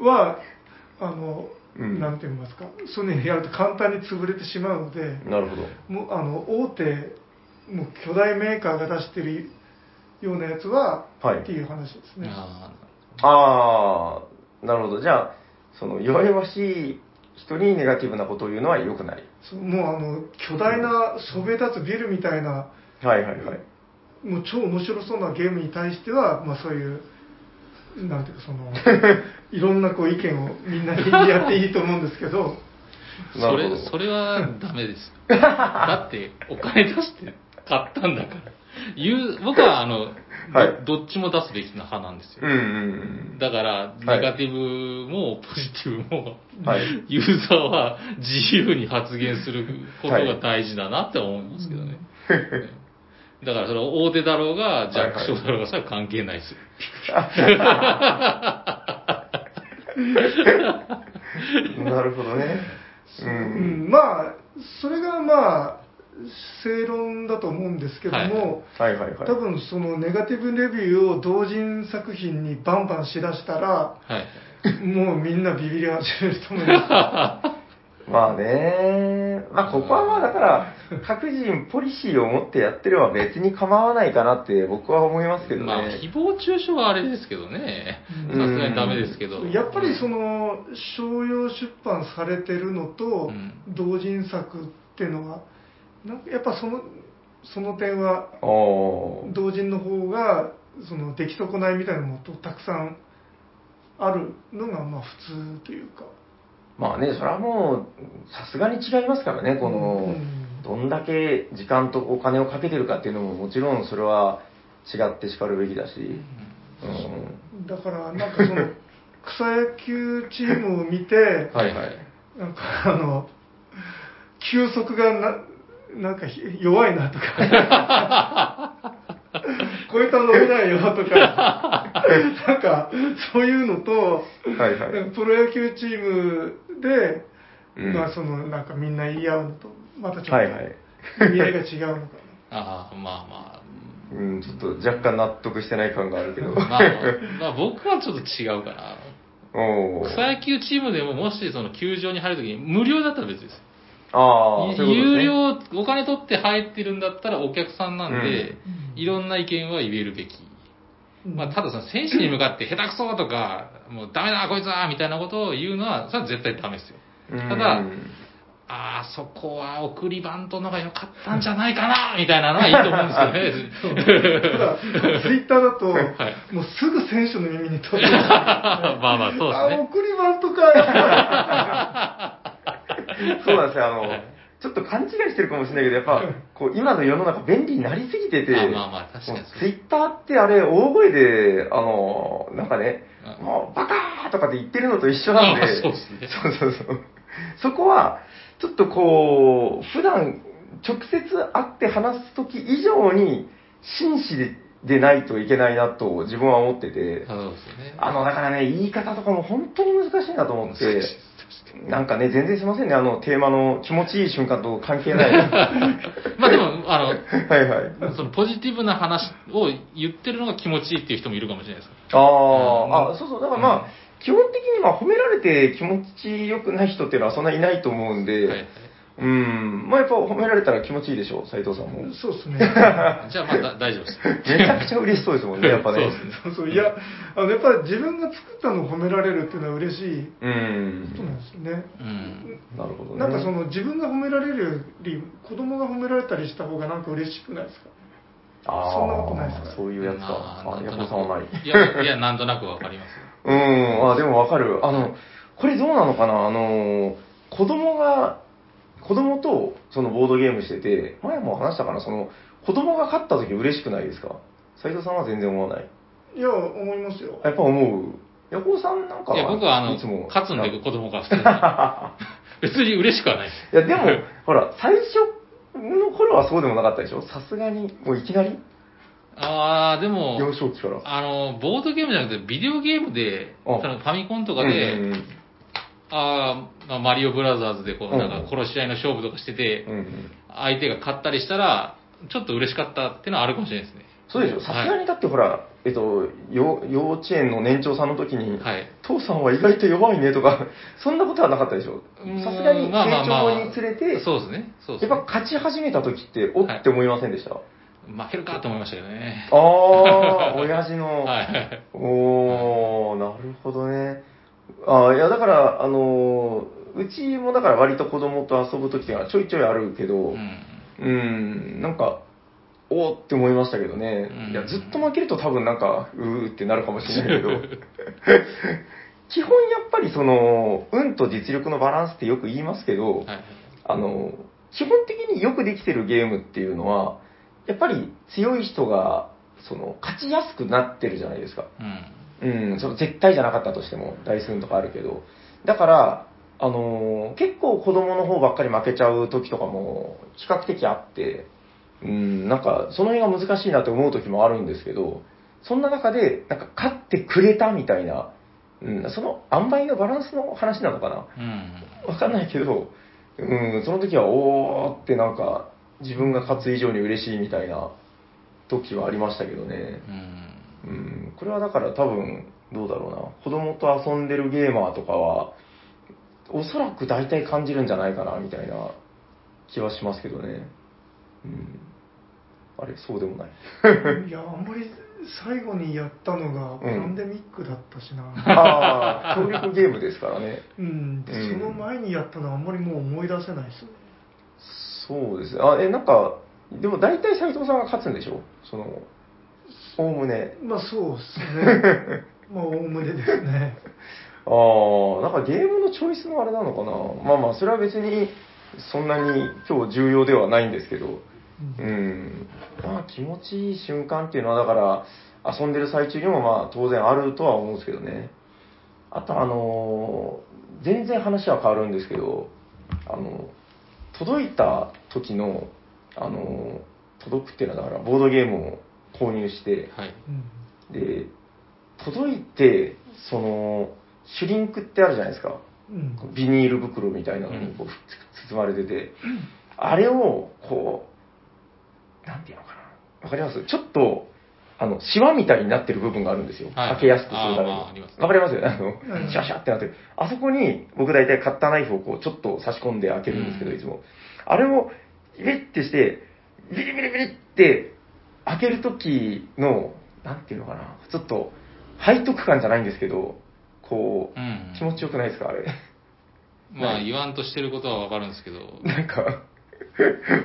B: はあの、
C: うん
B: なんて言いますかそういうのやると簡単に潰れてしまうので
C: なるほど。
B: もうあの大手もう巨大メーカーが出してるようなやつは、
C: はい
B: っていう話ですね
A: あ
C: ああ、なるほど。じゃあ、その、弱々しい人にネガティブなことを言うのは良くない。
B: そうもうあの巨大なそびえ立つビルみたいな
C: はいはいはい。
B: もう超面白そうなゲームに対しては、まあ、そういうなんていうか そのいろんなこう意見をみんなで言い合っていいと思うんですけど
A: ー
C: な
A: そ
C: るほど
A: れ、それはダメです よ。だって、お金出して買ったんだから。言う、僕はあの、
C: はい
A: どどっちも出すべきな派なんです
C: う
A: よ。
C: んうん
A: だから、
C: はい
A: ネガティブもポジティブも、
C: うん。 はい。
A: ユーザーは自由に発言することが大事だなって思いますけどね。だからそれ大手だろうが、
C: い
A: 弱小だろうが、それは関係ないですよ。
C: なるほどね。う。
B: うんん、まあそれがまあ正論だと思うんですけども、
C: はいはいはい。
B: 多分そのネガティブレビューを同人作品にバンバンしだし たら
A: はい。
B: もうみんなビビり始めると思いま
C: まあね。まあここはまあだから、各人ポリシーを持ってやってれば別に構わないかなって僕は思いますけどね。
A: まあ、誹謗中傷はあれですけどね。さ
C: う
A: す
C: ん
A: がにダメですけど。
B: すやっぱりそ
A: の、
B: の商用出版されてるの
A: う
B: と
A: ん
B: 同人作っていうのはなんかやっぱそのその点は
C: おー
B: 同人の方がその出来損ないみたいなのもとたくさんあるのがまあ普通というか
C: まあね、それはもう、さすがに違いますからね、こ
B: う
C: の、
B: ん
C: どんだけ時間とお金をかけてるかっていうのももちろんそれは違ってしかるべきだし、うん。
B: だからなんかそ の草野球チームを見て
A: はいはい。
B: なんかあの球速がななんかひ弱いなとか こういう球伸びないよとかなんかそういうのと
C: はいはい。
B: プロ野球チームで、
C: うん
B: まあそのなんかみんな言い合うのとまたちょっと
C: はいはい。
B: 意味合いが違うのか
A: ああ、まあまあ。
C: うん、ちょっと若干納得してない感があるけ ど。
A: まあ、まあ、僕はちょっと違うかな。
C: おお。
A: 草野球チームでも、もしその球場に入るときに、無料だったら別です。
C: ああ、そうい
A: 有
C: うことですね。
A: 料、お金取って入ってるんだったらお客さんなんで、
B: うん
A: いろんな意見は言えるべき。ま
B: な、
A: あ、ただその選手に向かって下手くそとか、もうダメだ、こいつはみたいなことを言うのは、それは絶対ダメですよ。ただ
C: うん
A: ああ、そこは送りバントの方が良かったんじゃないかな みたいなのはいいと思うんですけどね。
B: ただ、ツイッターだと、
A: い
B: もうすぐ選手の耳に飛 ぶ。あ、
A: まあまあ、そうですね。
B: 送りバントか。
C: そうなんですよ、あの、ちょっと勘違いしてるかもしれないけど、やっ ぱ、こう、今の世の中便利になりすぎてて、
A: あまあまあ確かに
C: ツイッターってあれ、大声で、あの、なんかね、
A: うん
C: もう、バカーとかって言ってるのと一緒なんで、
A: あそうですね
C: そうそうそう。そこは、ちょっとこう、普段、直接会って話すとき以上に、真摯ででないといけないなと、自分は思ってて、
A: そうですね。
C: あの、だからね、言い方とかも本当に難しいなと思って、なんかね、全然しませんね、あの、テーマの気持ちいい瞬間と関係ない。 は
A: まあでも、あ
C: いはい。
A: の、そのポジティブな話を言ってるのが気持ちいいっていう人もいるかもしれないです。
C: あ
A: うん
C: あ、あ、そうそう、だからまあ、
A: うん
C: 基本的にまあ褒められて気持ちよくない人っていうのはそんないないと思うんで、
A: はい
C: うん、まあやっぱ褒められたら気持ちいいでしょう、斉藤さんも。め
B: そうですね。
A: はい。じゃあまあだ大丈夫です。
C: ちゃくちゃ嬉しそうですもんね、やっぱね。
A: そうですね
B: そうそう。いや、あの、やっぱり自分が作ったのを褒められるっていうのは嬉しい
C: うん
B: ことなんですよね。
A: うん。
C: なるほどね。
B: なんかその自分が褒められるより子供が褒められたりした方がなんか嬉しくないですか
C: あー
B: そんなことないですか
C: そういうやつか。
A: ま
C: あ、ヤ
A: な
C: コ
A: ん
C: さん
A: とな
C: はない。
A: く。いや、いや、なんとなくわかりますよ。
C: うん、あ、でもわかる。あの、これどうなのかなあの、子供が、子供とそのボードゲームしてて、前も話したかな、その、子供が勝った時嬉しくないですか斉藤さんは全然思わない。
B: いや、思いま すよ。
C: やっぱ思う。ヤコさんなんか
A: いや、僕はあの、
C: いつも
A: 勝つんで
C: い
A: 子供が普 通に。別に嬉しくはないです。
C: や、 でも、ほら、最初の頃はそうでもなかったでしょさすがに、もういきなり
A: ああ、でも、
C: 幼少期から。
A: あの、ボードゲームじゃなくて、ビデオゲームで、
C: あ
A: そのファミコンとか
C: うん
A: で、
C: うんうん
A: あーまあ、マリオブラザーズでこう、
C: うん
A: なんか殺し合いの勝負とかしてて、
C: うんうん
A: 相手が勝ったりしたら、ちょっと嬉しかったっていうのはあるかもしれないですね。
C: そうでしょさすが
A: はい
C: にだってほら、えっと、よ幼稚園の年長さんの時に、
A: はい。
C: 父さんは意外と弱いねとか、 そんなことはなかったでしょ
A: うん
C: さすがに成
A: まあまあまあ
C: 長につれて、
A: そうですね。そうで
C: や
A: す
C: っ
A: ね
C: ぱ。勝ち始めた時って、お
A: はい
C: って思いませんでした、
A: 負けるかと思いましたけどね。
C: ああ、 親父の。
A: はい。
C: おー、なるほどね。あーいや、だから、あのーうちもだから割と子供と遊ぶ時っていうのはちょいちょいあるけど、
A: う。
C: うんーん、なんか、おーって思いましたけどね。
A: うん
C: いや、ずっと負けると多分なんか、うーってなるかもしれない けど。基本やっぱりその、運と実力のバランスってよく言いますけど、
A: はい。
C: あの、基本的によくできてるゲームっていうのは、やっぱり強い人が、その、勝ちやすくなってるじゃないですか。
A: うん。
C: うん、その絶対じゃなかったとしても、台数とかあるけど。だから、あのー結構子供の方ばっかり負けちゃう時とかも、比較的あって、うん、なんか、その辺が難しいなって思う時もあるんですけど、そんな中で、なんか、勝ってくれたみたいな、うん、その塩梅のバランスの話なのかな
A: うん。
C: わかんないけど、うん、その時は、おーってなんか、自分が勝つ以上に嬉しいみたいな時はありましたけどね。
A: うん。
C: うん、これはだから多分、どうだろうな。子供と遊んでるゲーマーとかは、おそらく大体感じるんじゃないかな、みたいな気はしますけどね。うん。あれ、そうでもない。
B: いや、あんまり最後にやったのがパンデミックだったし な。
C: ああ、協力ゲームですからね。
B: うん、で
C: うん
B: その前にやったのはあんまりもう思い出せないですね。
C: そうですね。あ、え、なんか、でも大体斎藤さんが勝つんでしょその、おおむね。
B: まあそうです ね。まあ、おおむねですね。
C: ああ、なんかゲームのチョイスのあれなのかな。まあまあ、それは別に、そんなに今日重要ではないんですけど。
B: う
C: うんん。まあ、気持ちいい瞬間っていうのは、だから、遊んでる最中にもまあ、当然あるとは思うんですけどね。あと、あのー全然話は変わるんですけど、あの、届いた時の、あのー届くっていうのは、だから、ボードゲームを購入して、
A: はい。
B: うん
C: で、届いて、その、シュリンクってあるじゃないですか。
B: うん
C: ビニール袋みたいなのにこうふつ包まれてて、あれを、こう、なんていうのかな。わかりますちょっと、あの、シワみたいになってる部分があるんですよ。
A: はい
C: 開けやすくするために。
A: あーあーあります
C: わかりますよねあ
B: う
C: の、
B: ん
C: シャシャってなってる。あそこに、僕大体カッターナイフをこう、ちょっと差し込んで開けるんですけど、
A: うん
C: いつも。あれを、ビリってして、ビリビリビリって、開ける時の、なんていうのかな。ちょっと、背徳感じゃないんですけど、こ
A: う
C: う、
A: ん。
C: 気持ちよくないですかあれ。
A: まあ、言わんとしてることはわかるん ですけど。
C: なんか、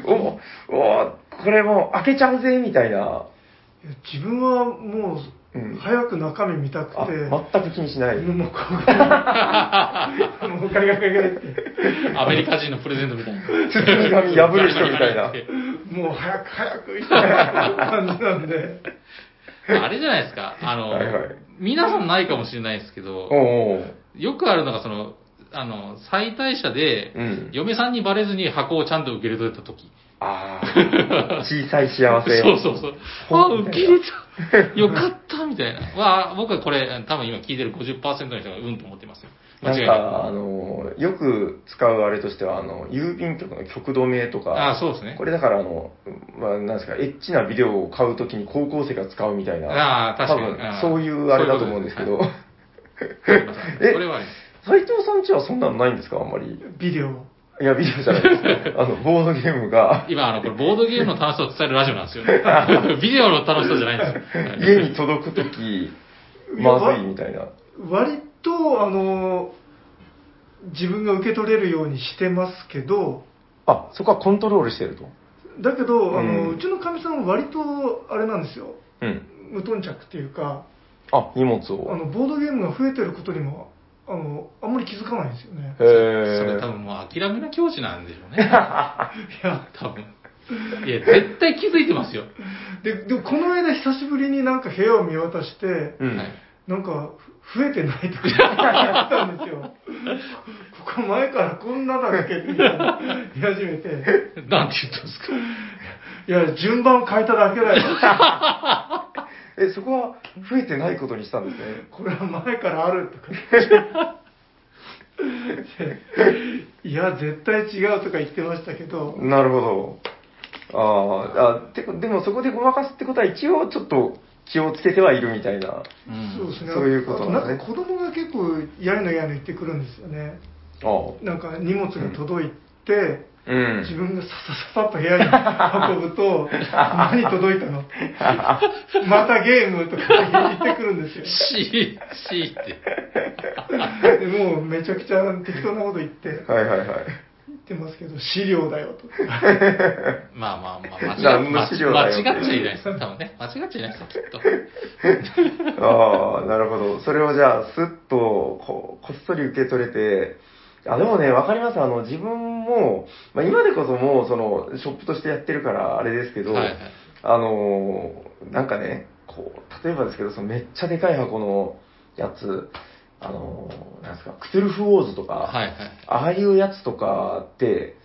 C: おおこれもう開けちゃうぜみたいな、
B: いや自分はも
C: う、
B: うん早く中身見たくて、
C: あ全く気にしない。
B: もうこうがもうお金がかけられて、
A: アメリカ人のプレゼントみたいな。
C: 包み紙破る人みた いな。
B: もう早く早く行った感じなんで、
A: あれじゃないですか。あの、
C: はいはい
A: 皆さんないかもしれないですけど、
C: おうおう
A: よくあるのが、その、あの、最大者で、
C: うん。
A: 嫁さんにバレずに箱をちゃんと受け入れといたとき。
C: ああ、小さい幸せ。
A: そうそうそう。あ、
C: ほん
A: 受
C: み
A: け
C: たいな
A: 入れた。よかった、みたいな。 わあ僕はこれ、多分今聞いてる50%の人がうんと思ってますよ。間
C: な
A: 違
C: ん
A: いな
C: か、あの、よく使うあれとしては、あの、郵便局の局止めと
A: く。あ
C: か、
A: そうですね
C: こ。れだから、あの、まあ、なんですか、エッチなビデオを買うときに高校生が使うみたいな、
A: ああ、
C: 多
A: 確かに
C: 分。
A: あー
C: そういうあれだと思うんですけ
A: そ
C: ど、
A: ういうことですねはい
C: え
A: それはあります
C: 斎藤さんちはそんなのないんですか、あんまり。
B: ビデオ。
C: いや、ビデオじゃないです。あの、ボードゲームが、
A: 今、あの、これ、ボードゲームの楽しさを伝えるラジオなんですよ ね。ビデオの楽しさじゃないんですよ。はい
C: 家に届くとき、まずいみたいな。
B: 割と、あの、自分が受け取れるようにしてますけど、
C: あ、そこはコントロールしてると。
B: だけど、あ
C: う
B: の
C: ん
B: うちのかみさんは割と、あれなんですよ、
C: うん。
B: 無頓着っていうか、
C: あ、荷物
B: あ
C: を。
B: のボードゲームが増えてることにも、あのあんまり気づかないんですよね
C: へ。
A: それ
C: え
A: 多。分もう諦めの境地なんでしょうね。いや、多分。いや、絶対気づいてますよ。
B: で、でもこの間久しぶりになんか部屋を見渡して、
C: うん
A: はい。
B: なんかふ増えてないとかあったんですよ。ここ前からこんなだっけって言い始めて、
A: なんて言ったんですか。
B: いや、順番を変えただけだよ。
C: え、そこは増えてないことにしたんですね。
B: これは前からあるとか。いや、絶対違うとか言ってましたけど、
C: なるほど。あーあ、てこでもそこでごまかすってことは一応ちょっと気をつけてはいるみたいな。
A: う
B: そうで
A: ん。
B: すね。
C: そういうことなんですね
B: あとなんか子供が結構やれのやれ言ってくるんですよね。
C: あー
B: なんか荷物が届いて、
C: うん。
B: 自分がささささっと部屋に運ぶ と、何届いたのまたゲームとか言ってくるんですよ。
A: し、しって。
B: でもうめちゃくちゃ適当なこと言って、
C: はいはいはい。
B: 言ってますけど、資料だよと。
A: まあまあまあ、間違
C: 何
A: ま
C: の
A: あ
C: 資料だ
A: 間違
C: よ
A: っちゃいないです。多分ね。間違っちゃいないですよ、きっと。
C: ああ、なるほど。それをじゃあ、すっとこう、こっそり受け取れて、あ、でもね、わかります。あの、自分も、まあ、今でこそもう、その、ショップとしてやってるから、あれですけど、
A: はいはい。
C: あのーなんかね、こう、例えばですけど、そのめっちゃでかい箱のやつ、あのーなんですか、クトゥルフウォーズとか、
A: はいはい。
C: ああいうやつとかって、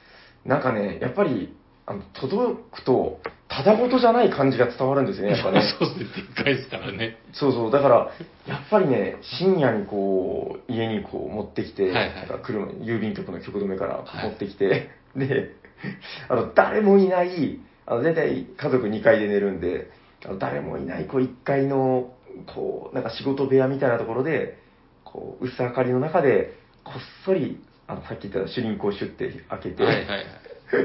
C: なんかね、やっぱり、あの、届くと、ただごとじゃない感じが伝わるんですよね、やっぱね。
A: そうですね、でっかいですからね。
C: そうそう、だから、やっぱりね、深夜にこう、家にこう持ってきて、
A: はいはい
C: なんか車郵便局の局止めから
A: はい
C: 持ってきて、で、あの、誰もいない、あの、大体家族2階で寝るんで、あの誰もいない、こう1階の、こう、なんか仕事部屋みたいなところで、こう、薄明かりの中で、こっそり、あの、さっき言った主輪口をシュッて開けて、
A: はいはいはい。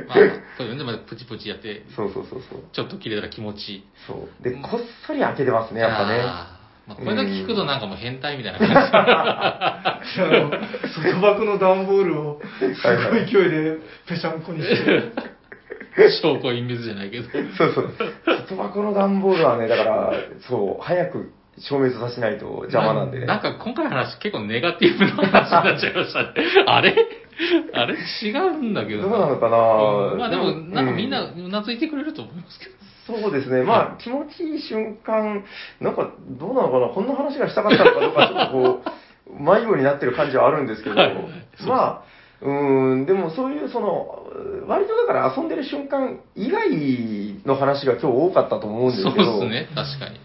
A: まあ、そういうので、まだプチプチやって、
C: そうそうそうそう。
A: ちょっと切れたら気持ちいい。
C: そう。で、こっそり開けてますね、やっぱね。
A: あーまあ、これだけ聞くとなんかもう変態みたいな感
B: あの外箱の段ボールをすごい勢いでぺしゃんこにして、
A: じです。証拠隠滅じゃないけど。
C: そうそう。外箱の段ボールはね、だから、そう、早く消滅させないと邪魔なんでね。
A: なんか今回の話結構ネガティブな話になっちゃいましたね。あれあれ違うんだけど
C: どうなのかな
A: うんまあでも、なんかみんな、
C: う
A: うなずいてくれると思いますけど。
C: そうですね。まあ、気持ちいい瞬間、なんか、どうなのかなこんな話がしたかったのかどうか、ちょっとこう、 迷子になってる感じはあるんですけど、まあ、うーん、でもそういう、その、割とだから遊んでる瞬間以外の話が今日多かったと思うんですけ
A: そ
C: ど、
A: うですね、確かに。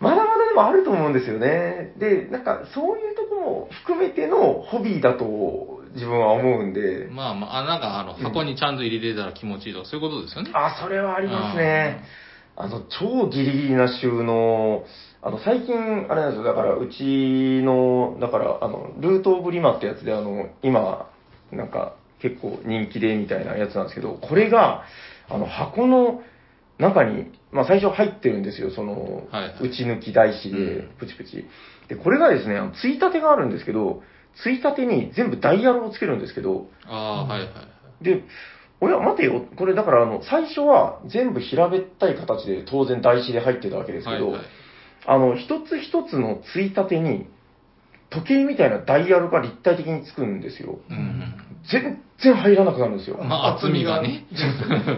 C: まだまだでもあると思うんですよね。で、なんかそういうとこも含めてのホビーだと自分は思うんで、
A: まあまああ、なんかあの、箱にちゃんと入れれたら気持ちいいとか、そういうことですよね。
C: あ、それはありますね。あの、超ギリギリな収納、あの、最近、あれなんですよ、だからうちの、だから、あの、ルートオブリマってやつで、あの、今、なんか結構人気でみたいなやつなんですけど、これが、あの、箱の中に、まあ最初入ってるんですよ、その、
A: はいはい
C: 内抜き台紙
A: う
C: で
A: ん、
C: プチプチ。で、これがですね、あのついたてがあるんですけど、ついたてに全部ダイヤルをつけるんですけど、
A: ああ、はいはいはい。
C: で、おや、待てよ、これだからあの、最初は全部平べったい形で当然台紙で入ってたわけですけ
A: はい
C: ど、
A: はい。
C: あの、一つ一つのついたてに、時計みたいなダイヤルが立体的につくんですよ。
A: うん。
C: 全然入らなくなるんですよ。
A: まあ、厚みがね。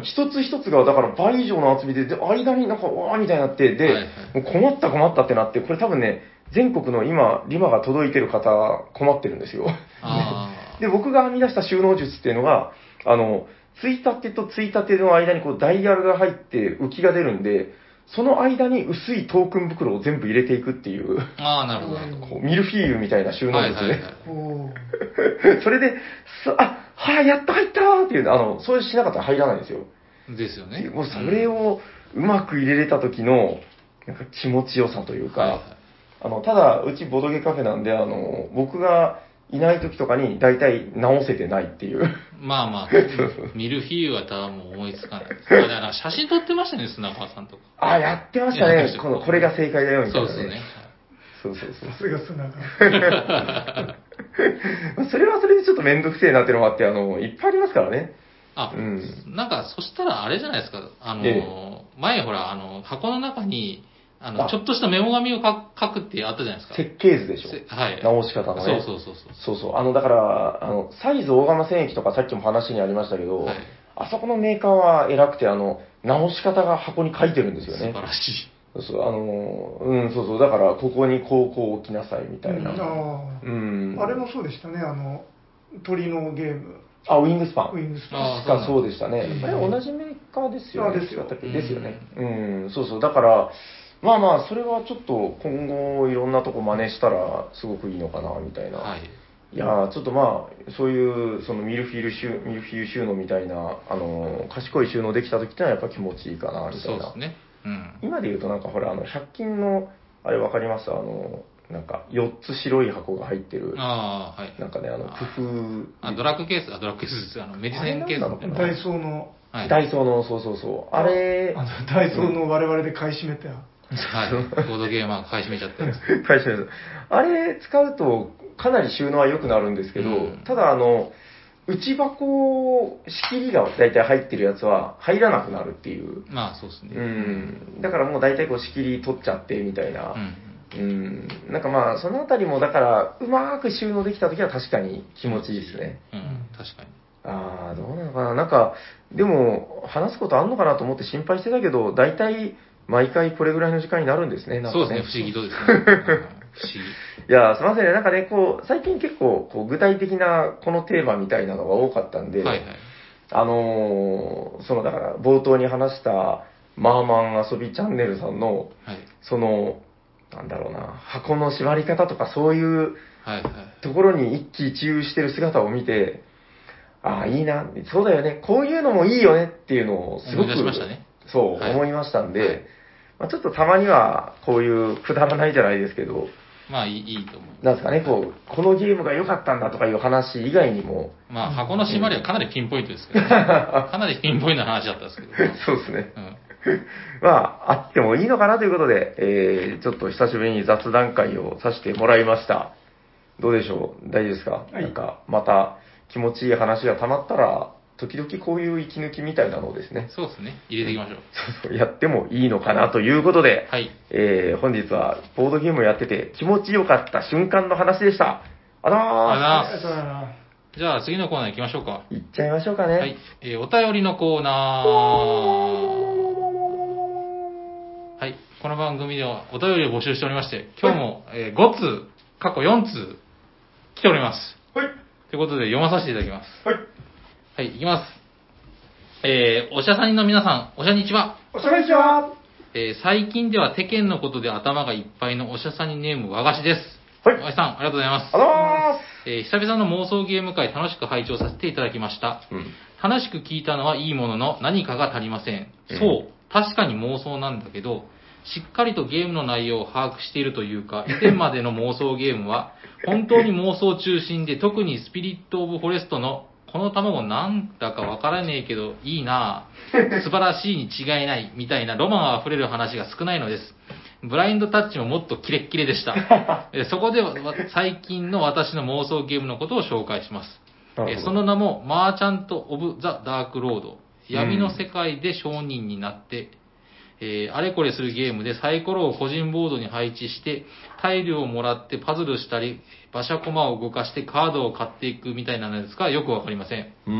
C: 一つ一つが、だから倍以上の厚みで、で間になんか、わーみたいになって、で、
A: はいはい
C: もう困った困ったってなって、これ多分ね、全国の今、リマが届いてる方、困ってるんですよ。
A: あ
C: で、僕が編み出した収納術っていうのが、あの、ついたてとついたての間にこうダイヤルが入って浮きが出るんで、その間に薄いトークン袋を全部入れていくっていう、
A: あ。ああ、なるほどなるほ
C: こうミルフィーユみたいな収
A: ど。
C: 納
A: はい
C: 術
A: はい
C: で、
A: はい。
B: こ
C: それで、さあ、はあ、やっと入ったーっていう、あの、そうしなかったら入らないんですよ。
A: ですよね。
C: もうそれ
A: うん
C: をうまく入れれた時の、なんか気持ちよさというか、
A: はいはい
C: あの、ただ、うちボドゲカフェなんで、あの、僕がいない時とかに大体直せてないっていう。
A: まあ まあ、ミルフィーユはただもう思いつかないです。あだから写真撮ってましたね、砂川さんとか。
C: あ、やってました
A: やってまし
C: ね
A: た。
C: この、これが正解だよ、みた
A: そ
C: いうな、
A: で
C: ね。
A: すね。
C: そうそうそう
B: うさすが砂が。
C: それはそれでちょっとめんどくせえなってのもあって、あの、いっぱいありますからね。
A: あ
C: う、ん。
A: なんか、そしたらあれじゃないですか、あの、
C: え
A: 前ほら、あの、箱の中に、あの、
C: あ
A: ちょっとしたメモ紙をか書くってあったじゃないですか。
C: 設計図でしょ。
A: せはい。
C: 直し方のね。
A: そうそうそうそう。
C: そうそうあの、だから、あの、サイズ大釜戦役とかさっきも話にありましたけど、
A: はい
C: あそこのメーカーは偉くて、あの、直し方が箱に書いてるんです
A: 素
C: よ
A: 晴
C: ね。
A: らしい。
C: そうそう、あの、うん、そうそう、だから、ここにこう、こう置きなさい、みたい
B: うん
C: な。
B: あ
C: う
B: ー
C: ん。
B: あれもそうでしたね、あの、鳥のゲーム、
C: あ、ウィングスパン
B: ウ。ィングス
A: あ
B: パ
A: ー
C: 確かそうでしたね。
B: うん
C: あれ同じメーカーですよね。
B: あですよ
C: 違ったっけですよね。うん、そうそう。だから、まあまあ、それはちょっと今後いろんなとこ真似したらすごくいいのかな、みたいな。、
A: はいい。
C: やーちょっとまあ、そういう、そのミルフィール収、ミルフィーユ収納みたいな、あのー、賢い収納できた時ってのはやっぱ気持ちいいかな、みた
A: そ
C: いう
A: で
C: な
A: す。ね。うん。
C: 今で言うとなんかほら、あの、100均の、あれわかりますあの、なんか、4つ白い箱が入ってる、
A: ああ、はい。
C: なんかね、あの、工夫。
A: あ、ドラッグケース、あ、ドラッグケースです。あの、メディセンケースみたい
B: ン、
A: な。
B: ダイソーの、
A: はい。
C: ダイソーの、そうそうそう。あれ、
B: あのダイソーの我々で買い占めた、
A: はい。ボードゲーマーが買い占めちゃったやつ。
C: 返しです。あれ使うとかなり収納は良くなるんですけど、
A: うん
C: ただあの、内箱、仕切りが大体入ってるやつは入らなくなるっていう。
A: まあ、そうですね。
C: うん。だからもう大体こう仕切り取っちゃってみたいな
A: う。ん。
C: うん。なんかまあ、そのあたりもだから、うまく収納できた時は確かに気持ちいいですね。
A: うん、確かに。
C: ああ、どうなのかな。なんか、でも、話すことあんのかなと思って心配してたけど、大体、毎回これぐらいの時間になるんですね。なんか
A: そうですね、不思議とですね。うん不思議。
C: いやー、すみませんね。なんか ね、こう、最近結構、こう、具体的な、このテーマみたいなのが多かったんで、
A: はいはい。
C: あのーそのだから冒頭に話したマーマン遊びチャンネルさんの、
A: はい。
C: その、なんだろうな、箱の縛り方とかそういう
A: はいはい。
C: ところに一喜一憂してる姿を見て、ああ、いいな、そうだよね、こういうのもいいよねっていうのをすご
A: 思い出
C: く、
A: しましたね
C: そう、
A: はい
C: 思いましたんで、
A: はい
C: まあ、ちょっとたまにはこういうくだらないじゃないですけど、
A: まあいいいいと思います。
C: なんですかね、こう、このゲームが良かったんだとかいう話以外にも、
A: まあ箱の締まりはかなりピンポイントですけど、ね、かなりピンポイントな話だったんですけど、
C: そうですね。
A: うん。
C: まあ、あってもいいのかなということで、えー、ちょっと久しぶりに雑談会をさせてもらいました。どうでしょう大丈夫ですか、
B: い
C: なんか、また気持ちいい話が溜まったら、時々こういう息抜きみたいなのをですね、
A: そうですね。入れていきましょう。
C: そうそうやってもいいのかなということで、
A: はい。
C: えー、本日はボードゲームをやってて気持ちよかった瞬間の話でした。あら
A: あり
C: ー
A: が
B: あ
A: とうござい
B: そう
A: ま
B: だな
A: す。じゃあ次のコーナー行きましょうか。
C: いっちゃいましょうかね。
A: はい。えーお便りのコーナー。はい。この番組ではお便りを募集しておりまして、今日も、えー5通、過去4通、来ております。
B: はい
A: ということで読まさせていただきます。
B: はい
A: はい、いきます。えー、おしゃさんの皆さん、おしゃにちは。
B: おしゃれしは
A: えー、最近では世間のことで頭がいっぱいのおしゃさんにネーム和菓子です。
C: はい
A: 和菓子さん、ありがとうございます
C: あ。ら
A: えー、久々の妄想ゲーム会楽しく拝聴させていただきました。
C: ーうん。
A: 楽しく聞いたのはいいものの何かが足りません。
C: うん
A: そう、確かに妄想なんだけど、しっかりとゲームの内容を把握しているというか、以前までの妄想ゲームは、本当に妄想中心で、特にスピリット・オブ・フォレストの、この卵なんだかわからねえけど、いいなぁ、素晴らしいに違いない、みたいなロマンあふれる話が少ないのです。ブラインドタッチももっとキレッキレでした。えそこでは最近の私の妄想ゲームのことを紹介します。
C: なる
A: え
C: ほど
A: その名も、マーチャント・オブ・ザ・ダーク・ロード。闇の世界で商人になって、えーあれこれするゲームでサイコロを個人ボードに配置して、タイルをもらってパズルしたり、馬車駒を動かしてカードを買っていくみたいなのですが、よくわかりません。
C: うー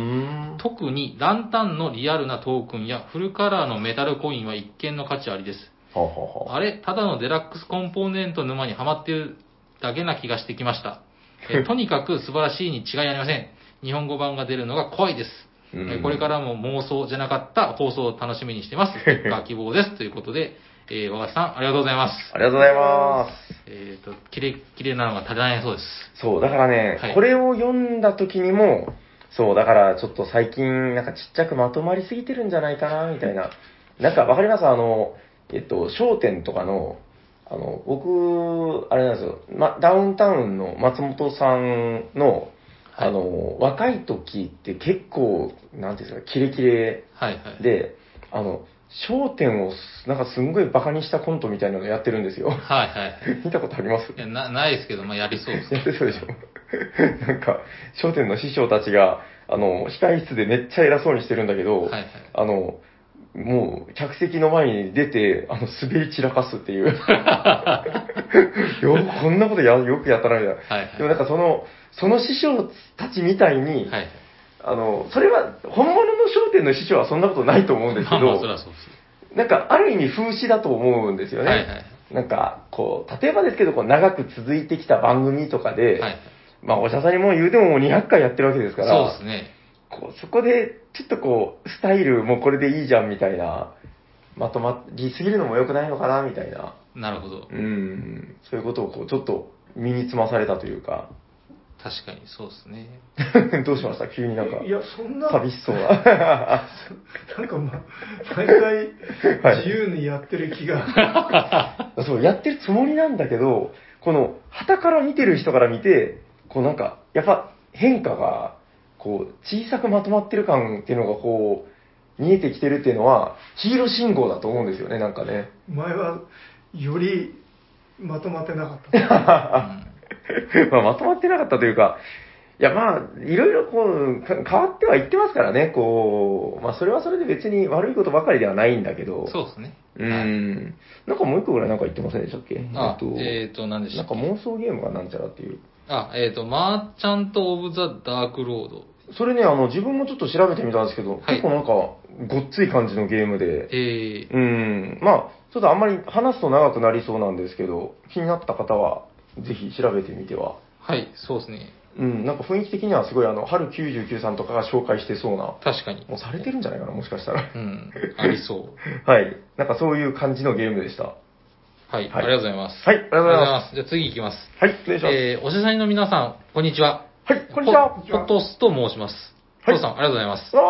C: ん。
A: 特にランタンのリアルなトークンやフルカラーのメタルコインは一見の価値ありです。
C: ほうほうほう
A: あれ、ただのデラックスコンポーネント沼にはまってるだけな気がしてきました。 えーとにかく素晴らしいに違いありません。日本語版が出るのが怖いです。えー
C: うん
A: これからも妄想じゃなかった放送を楽しみにして ます。ステッカー希望です。ということで、えー、和菓子さん、ありがとうございます。
C: ありがとうございます。
A: えっ、と、キレッキレなのが足りないそうです。
C: そう、だからね、
A: はい
C: これを読んだ時にも、そう、だからちょっと最近、なんかちっちゃくまとまりすぎてるんじゃないかな、みたいな。なんかわかりますあの、えっと、商店とかの、あの、僕、あれなんですよ、ま、ダウンタウンの松本さんの、
A: はい
C: あの、若い時って結構、なんていうんですか、キレキレ
A: はいはい。
C: で、あの、商店をすなんかすんごいバカにしたコントみたいなのやってるんですよ。
A: はいはい。
C: 見たことあります
A: いやなないですけど、まあ、やりそうです
C: やってそうでしょ なんか、商店の師匠たちが、あの、控室でめっちゃ偉そうにしてるんだけど、
A: はいはい。
C: あの、もう、客席の前に出て、あの、滑り散らか すっていう。よこんなことやよくやったな、みたいな。
A: はい
C: で
A: はい。
C: もなんかその、その師匠たちみたいに、
A: はいはい。
C: あの、それは、本物の商店の師匠はそんなことないと思うんです
A: ま
C: け
A: あまあ、そり
C: ど、
A: ゃそうです
C: なんか、ある意味風刺だと思うんですよ
A: よ。
C: ね。
A: はいはい。
C: なんか、こう、例えばですけど、こう、長く続いてきた番組とかで、
A: はいはい。
C: まあ、お医者さんにもう言うでももう200回やってるわけですから、
A: そうですね。
C: こうそこで、ちょっとこう、スタイルもうこれでいいじゃんみたいな、まとまりすぎるのも良くないのかなみたいな、
A: なるほど。
C: うん、そういうことをこう、ちょっと身につまされたというか、
A: 確かにそうですね。
C: どうしました急になんか、
B: いやそんな
C: 寂しそう な。
B: なんかま毎 回自由にやってる気が、
C: そう、やってるつもりなんだけど、この、旗から見てる人から見て、こうなんか、やっぱ変化が、こう、小さくまとまってる感っていうのがこう、見えてきてるっていうのは、黄色信号だと思うんですよね、なんかね。
B: 前はよりまとまってなかった
C: まあまとまってなかったというか、いやまあ、いろいろこう、か変わってはいってますからね、こう、まあそれはそれで別に悪いことばかりではないんだけ
A: う
C: ど、
A: ん、そうですね。
C: ううん。なんかもう一個ぐらいなんか言ってませんでしたっけ
A: あ、
C: えっと
A: えっ、と、何でし
C: な
A: た
C: ん
A: っ
C: か
A: け
C: 妄想ゲームがなんちゃらっていう。
A: あ、えっ、と、マーチャント・オブ・ザ・ダーク・ロード。
C: それね、あの、自分もちょっと調べてみたんですけ
A: は
C: ど、
A: い
C: 結構なんか、ごっつい感じのゲームで、
A: えー
C: うん、まあ、ちょっとあんまり話すと長くなりそうなんですけど、気になった方は、ぜひ調べてみては。
A: はい、そうですね。
C: うん、なんか雰囲気的にはすごいあの、春99さんとかが紹介してそうな、
A: 確かに。
C: もうされてるんじゃないかな、もしかしたら。
A: うん、ありそう。
C: はい。なんかそういう感じのゲームでした。は
A: はい、
C: はい
A: ありがとうございます。
C: い、ありがとうござい
A: あ
C: ま
A: りがとうございます。じゃあ次行きます。
C: す。はい、お願いします。
A: えー、おしゃさんの皆さん、こんにちは。
C: はい、こんにちは。
A: ポポトスと申します。
C: はい
A: ポトさん、ありがとうございます。
C: わ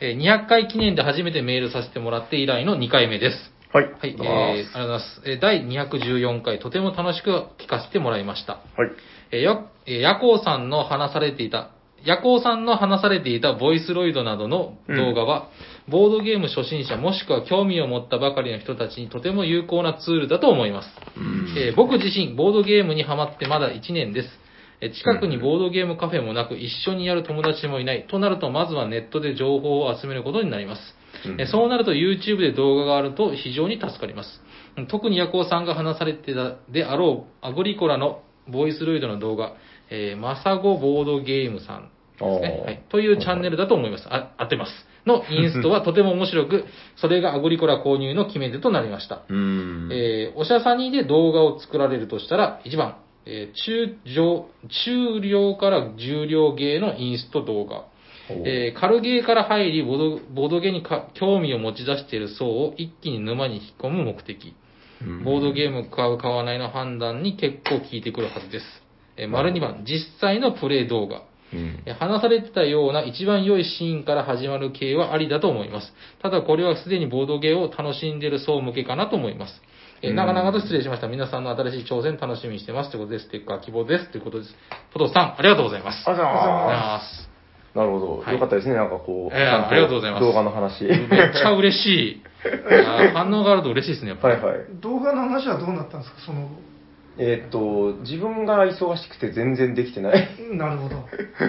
A: えー、200回記念で初めてメールさせてもらって以来の2回目です。
C: ーはい、
A: はい、えー、あ
C: あ
A: り
C: り
A: がと
C: が
A: うございます。えー、第214回、とても楽しく聞かせてもらいました。
C: とうございます。
A: えー、や、えー、夜行さんの話されていた、夜行さんの話されていたボイスロイドなどの動画は、ボードゲーム初心者もしくは興味を持ったばかりの人たちにとても有効なツールだと思います。
C: はい。
A: えー僕自身、ボードゲームにハマってまだ1年です。えー近くにボードゲームカフェもなく、一緒にやる友達もいない。となると、まずはネットで情報を集めることになります。
C: うん
A: えーそうなると YouTube で動画があると非常に助かります。うん特に夜行さんが話されてたであろう、アグリコラのボイスロイドの動画、えーマサゴボードゲームさんですね。
C: あー
A: はい、というチャンネルだと思います。あ、合ってます。のインストはとても面白 く、それがアグリコラ購入の決め手となりました。
C: うん。
A: えーおしゃさにで動画を作られるとしたら、1番、えー中上、中量から重量ゲーのインスト動画。
C: おー
A: えー軽ゲーから入り、ボドボドゲにか興味を持ち出している層を一気に沼に引き込む目的。
C: うん
A: ボードゲーム買う買わないの判断に結構効いてくるはずです。えー丸2番、実際のプレイ動画。
C: うん
A: え話されてたような一番良いシーンから始まる系はありだと思います。ただこれはすでにボードゲーを楽しんでる層向けかなと思います。え
C: うん
A: 長々と失礼しました。皆さんの新しい挑戦楽しみにしてます。ということです。ステッカー希望です。ということです。ポトフさん、ありがとうございます。
C: ありがとうございま
A: あ
C: す。なるほ
A: は
C: ど。
A: い
C: よかったですね、なんかこう、
A: えー
C: ちゃん
A: ありがとうございます
C: 動画の話。
A: りがとうございます。めっちゃ嬉しい。あー反応があると嬉しいですね、やっぱ
C: は
A: り。
C: いはい。
B: 動画の話はどうなったんですか、その後。
C: えーっと、自分が忙しくて全然できてない。
B: うんなるほど。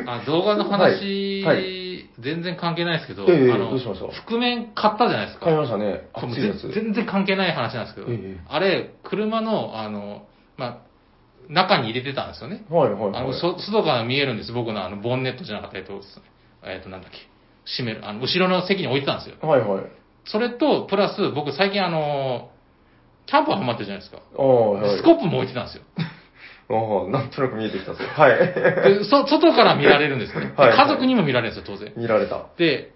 A: あ動画の話、
C: はいは
A: 全然関係ないですけど、
C: ええ
A: あの
C: どうしました
A: 覆面買ったじゃないですか。
C: 買いましたね。
A: これも
C: 熱いやつ。
A: 全然関係ない話なんですけど、
C: ええ
A: あれ、車の、あの、まあ、中に入れてたんですよね。
C: はいはい
A: あ
C: は
A: の、
C: い。
A: そ外から見えるんです、僕のあの、ボンネットじゃなかったりと、えっ、と、なんだっけ、閉める、あの、後ろの席に置いてたんですよ。
C: はいはい。
A: それと、プラス、僕最近あの、キャンプハマってるじゃないですか。
C: ああ、はい。
A: スコップも置いてたんですよ。
C: ああ、なんとなく見えてきたぞ。はい。
A: でそ外から見られるんですよね。で
C: はいはい
A: 家族にも見られるんですよ、当 然。
C: 見られた。
A: で、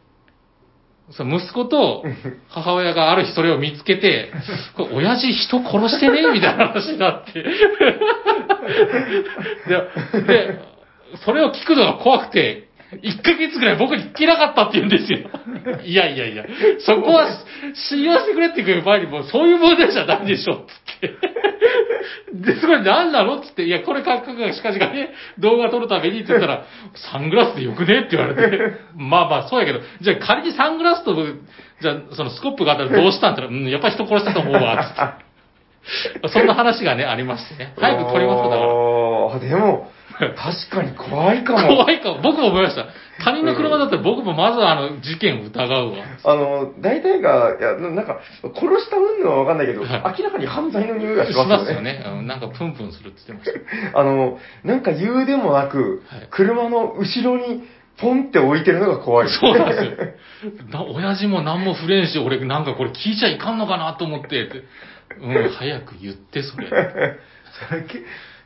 A: その息子 と母親がある日それを見つけて、これ親父人殺してねみたいな話になって。 で、でそれを聞くのが怖くて、1ヶ月ぐらい僕に聞けなかったって言うんですよ。 いやいやいや、そこは信用してくれっていう場合にもうそういう問題じゃないでしょ、つって。で、それ何なのつって、いや、これ感覚がしかしかね、動画撮るためにって言ったら、サングラスでよくねって言われて、まあまあ、そうやけど、じゃあ仮にサングラスと、じゃあそのスコップがあったらどうしたんって言ったら、うん、やっぱり人殺したと思うわ、つって。そんな話がね、ありましてね。早く撮りますか、だから。
C: ああ、でも、確かに怖いかも。
A: 怖いかも。僕も思いました。他人の車だったら僕もまずはあの、事件を疑うわ。
C: あの、大体が、いや、ななんか、殺した云々はわかんないけど、
A: は
C: 明らかに犯罪の匂いがし
A: し
C: ますよ
A: ま
C: ね。
A: すよね。うんなんかプンプンするって言ってました。
C: あの、なんか言うでもなく、
A: はい
C: 車の後ろにポンって置いてるのが怖い。
A: そうなんですよ。な親父も何も触れんし、俺なんかこれ聞いちゃいかんのかなと思って、ってうん、早く言って、それ。
B: それけ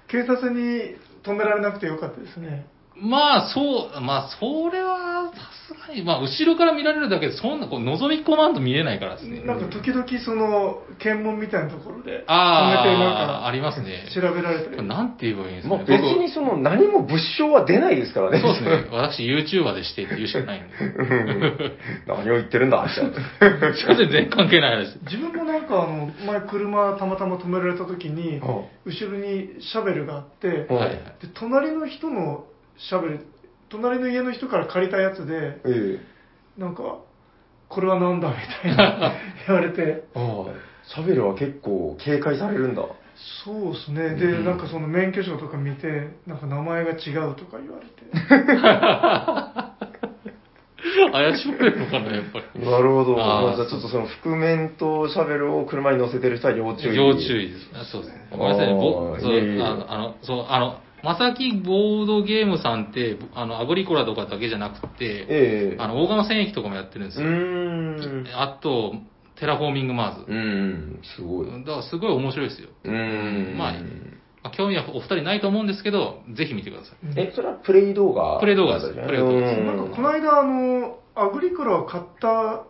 B: 警察に止められなくてよかったですね。
A: まあ、そう、まあ、それは、さすがに、まあ、後ろから見られるだけで、そんな、こう、覗み込まんと見えないからですね。
B: なんか時々その検問みたいなところで止めて
A: ああ、
B: な
A: あ
B: んか
A: りますね。
B: 調べられた
A: これ
B: り。
A: なんて言えばいいんですか
C: もう
A: ね。
C: 別にその何も物証は出ないですからね。
A: 僕そうですね。私、YouTuber でしてって言うしかないんで。
C: うん 何を言ってるん だって。
A: 全然関係ない話。
B: 自分もなんかあの前車たまたま止められた時に
C: は
B: 後ろにシャベルがあって
C: はい
A: はい。
B: で隣の人のシャベル隣の家の人から借りたやつで
C: ええ
B: なんかこれはなんだみた いな言われて
C: ああ、シャベルは結構警戒されるんだ。
B: そうですねで、なんかその免許証とか見てなんか名前が違うとか言われて
A: 怪しまれるのかな、やっぱり。
C: なるほど。
A: ああ
C: まあじゃあちょっとその覆面とシャベルを車に乗せてる人は要注意。
A: 要注意です。あそうですね。ごめんなさいね。ぼ
C: あー
A: そう
C: いえいえ
A: あの、あの、そう、あの、まさきボードゲームさんって、あの、アグリコラとかだけじゃなくて、
C: ええ
A: あの、大釜戦役とかもやってるんです
C: う
A: よ。
C: ーん。
A: あと、テラフォーミングマーズ。
C: うん、すごい。
A: だからすごい面白いですよ。
C: うーん。
A: まあまあ興味はお二人ないと思うんですけど、ぜひ見てください。
B: うん
C: え、それはプレイ動画
A: プレイ動画です
C: だったじゃ
A: プレイ動画です
C: うん
B: なんかこの間、あの、アグリコラを買った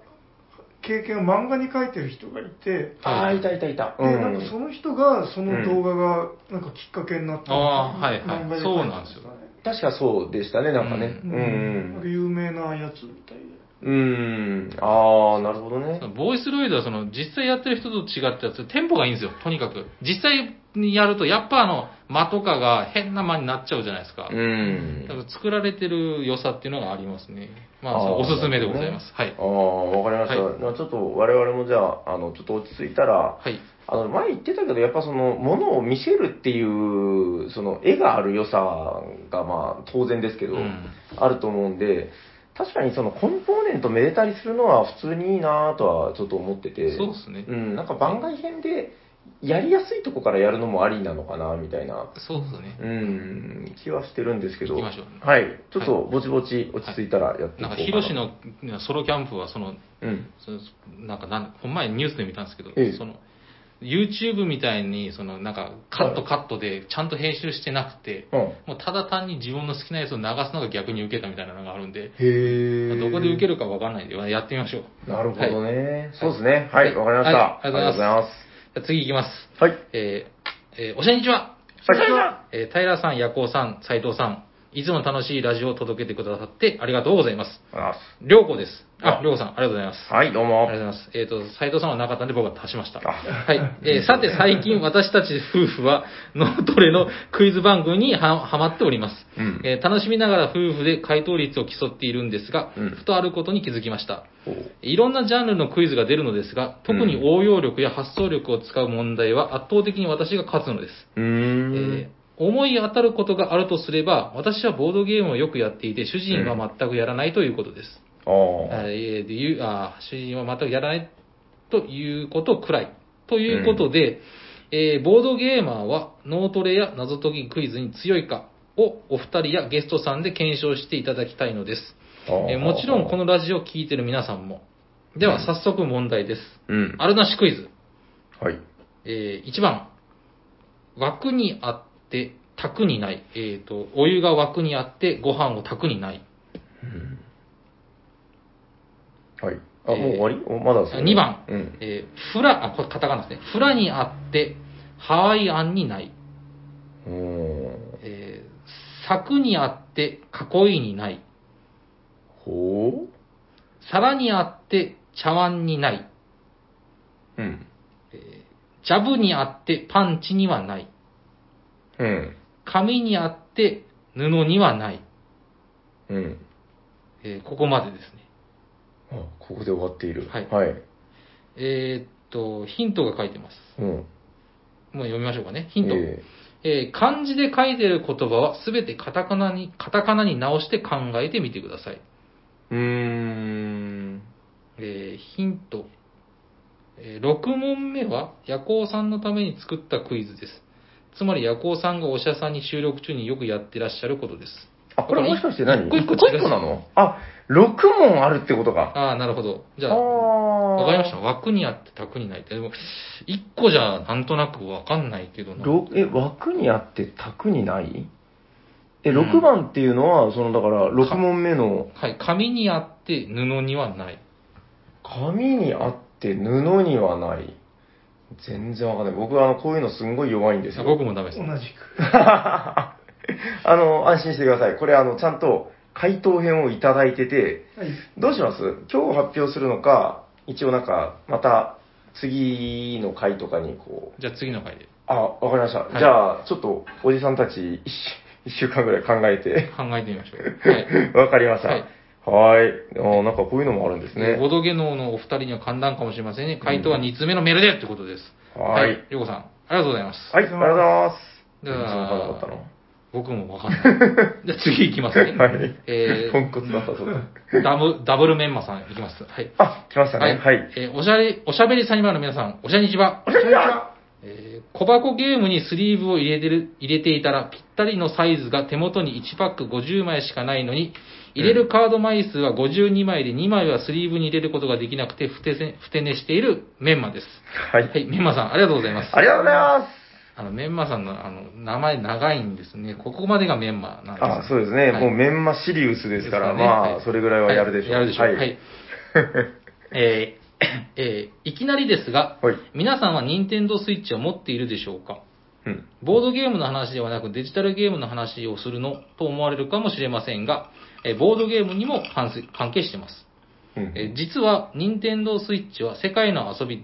B: 経験を漫画に書いてる人がいて、
C: あーいたいたいた。
B: で、なんかその人が、その動画が、なんかきっかけになった。
A: あーはいはい
B: 漫画で
A: そうなんですよ
C: 確かそうでしたね、なんかね。
A: う
C: う
B: 書いてたねうん。なんか
C: ん。
B: 有名なやつみたいで。
C: うん。ああ、なるほどね
A: そ。のボーイスロイドはその実際やってる人と違って、テンポがいいんですよ、とにかく。実際にやると、やっぱあの、間とかが変な間になっちゃうじゃないですか。
C: うん
A: だ。から作られてる良さっていうのがありますね。まあ、
C: あー
A: そのおすすめでございます。
C: な
A: は
C: る
A: い。
C: ああ、わかりました。
A: はい
C: まあちょっと我々もじゃあ、あの、ちょっと落ち着いたら、
A: はい。
C: あの、前言ってたけど、やっぱその、ものを見せるっていう、その、絵がある良さが、まあ、当然ですけど、
A: うん
C: あると思うんで、確かにその、コンポーネントめでたりするのは普通にいいなとは、ちょっと思ってて、
A: そうですね
C: うん、なんか番外編で、やりやすいとこからやるのもありなのかな、みたいな、
A: そうですね。
C: うん、気はしてるんですけど、
A: 行きましょう
C: はい、ちょっと、ぼちぼち落ち着いたらやっていこうかな。
A: なんか、ヒロシのソロキャンプは、その、
C: うん、
A: そのなんかなん、ほんまにニュースで見たんですけど、
C: ええ
A: その、YouTube みたいに、その、なんか、カットカットで、ちゃんと編集してなくて、
C: うん。
A: もうただ単に自分の好きなやつを流すのが逆に受けたみたいなのがあるんで、
C: へ
A: どこで受け
C: る
A: るかわかんないんで、やってみましょう。
C: なるほどね。そうですね。はい、わかりま
A: はいあり
C: した。
A: がとうござい
C: ありがとうございま
A: じゃあ次行きます。
C: す。はい。
A: えーえーおしゃにちは
C: おしゃにちは
A: えー平さん、ヤコウさん、斉藤さん、いつも楽しいラジオを届けてくださってありがとうございます。
C: ありがとうございま
A: りょうこです。あ、
C: あ
A: りょうこさん、ありがとうございます。
C: す。はい、どう
A: あり。
C: も
A: がとうございます。えっ、と、斉藤さんはなかったんで僕は足しました。
C: あ
A: はい。えーさて、最 近私たち夫婦は、脳トレのクイズ番組にははまっております。
C: うん
A: えー楽しみながら夫婦で回答率を競っているんですが、
C: うん
A: ふとあることに気づきました。
C: お
A: いろんなジャンルのクイズが出るのですが、特に応用力や発想力を使う問題は圧倒的に私が勝つのです。
C: うー
A: え
C: ん。
A: ー思い当たることがあるとすれば、私はボードゲームをよくやっていて、主人は全くやらないということです。
C: あー
A: あえーでゆあ主人は全くやらないということくらい。ということで、えーボードゲーマーは脳トレや謎解きクイズに強いかをお二人やゲストさんで検証していただきたいのです。
C: あー。
A: えーもちろんこのラジオを聴いてる皆さんも。では早速問題です。
C: うん。
A: あるなしクイズ。
C: はい。
A: え1番、枠にあって、卓にない。えっ、と、お湯が枠にあって、ご飯を卓にない。
C: うんはい。あ、
A: えー
C: もう終わりおまだそう
A: 2番、
C: うん。
A: えーフラ、あ、これカタカナですね。フラにあって、ハワイアンにない。
C: うーん。
A: えー柵にあって、囲いにない。
C: ほ
A: 皿にあって、茶碗にない。
C: ううん。
A: ジャブにあって、パンチにはない。
C: うん。
A: 紙にあって、布にはない。
C: うん。
A: えーここまでですね。
C: あ、ここで終わっている。
A: はい
C: はい。
A: えーっと、ヒントが書いてます。
C: うん。
A: もう読みましょうかね。ヒント。
C: え
A: えー漢字で書いてる言葉はすべてカタカナに、カタカナに直して考えてみてください。
C: ーうーん。
A: えーヒント。えー6問目は、夜行さんのために作ったクイズです。つまり、夜行さんがお医者さんに収録中によくやってらっしゃることです。
C: あ、これもしかして何
A: 一個一個
C: 一
A: 違う
C: 個なのあ、6問あるってことか。
A: ああ、なるほど。じゃあ、わ
C: わ
A: かりました。枠にあって卓にないって。でも、1個じゃなんとなくわかんないけどな。
C: ろえ、枠にあって卓にないえ、
A: うん
C: 6番っていうのは、その、だから、6問目の、
A: はい。紙にあって布にはない。
C: 紙にあって布にはない。全然わかんない。僕は、あの、こういうのすんごい弱いんです
A: あ
C: よ。
A: 僕もダメです
B: 同。じ
C: あの、安心してください。これ、あの、ちゃんと回答編をいただいてて、
B: く。はい。
C: どうします今日発表するのか、一応なんか、また、次の回とかに、こう、
A: じゃあ次の回で
C: あ、わかりました。
A: はい
C: じゃあ、ちょっと、おじさんたち、一週一週間ぐらい考えて。
A: 考えてみましょう。はい。
C: わかりました。
A: はい
C: はーい。あーなんかこういうのもあるんです
A: えーボ
C: ね。
A: ドゲノーのお二人には簡単かもしれませんね。回答は2つ目のメールでってことです。
C: はーい。はい。
A: りょうこさん、ありがとうございます。
C: ありがとうございます。
A: じゃあ
C: 全然わかんなかったな。
A: 僕もわかん ない。じゃあ次行きますね。
C: はい。
A: え
C: ポンコツだったそうだ。
A: ー、ダブ、ダブルメンマさん行きます。はい。
C: あ、来ましたね。はい。
A: えーおしゃれ、おしゃべりサニバーの皆さん、おしゃにちは。
C: こんにちは
A: えー小箱ゲームにスリーブを入れてる、入れていたらぴったりのサイズが手元に1パック50枚しかないのに、入れるカード枚数は52枚で2枚はスリーブに入れることができなくてふてせ、ふて寝しているメンマです。
C: はい。
A: はい、メンマさん、ありがとうございます。
C: ありがとうございます。
A: あの、メンマさんの、あの、名前長いんですね。ここまでがメンマなんです。
C: あそうですね。
A: はい
C: もうメンマシリウスですから、
A: ですよね
C: ま
A: は
C: あ、
A: い
C: それぐらいはやるでしょう。
A: やるでしょう。はい。えー えーいきなりですが、
C: はい。
A: 皆さんは任天堂スイッチを持っているでしょうか
C: うん。
A: ボードゲームの話ではなくデジタルゲームの話をするのと思われるかもしれませんが、えーボードゲームにも関す関係しています。
C: うん。
A: えー実は、任天堂スイッチは世界の遊び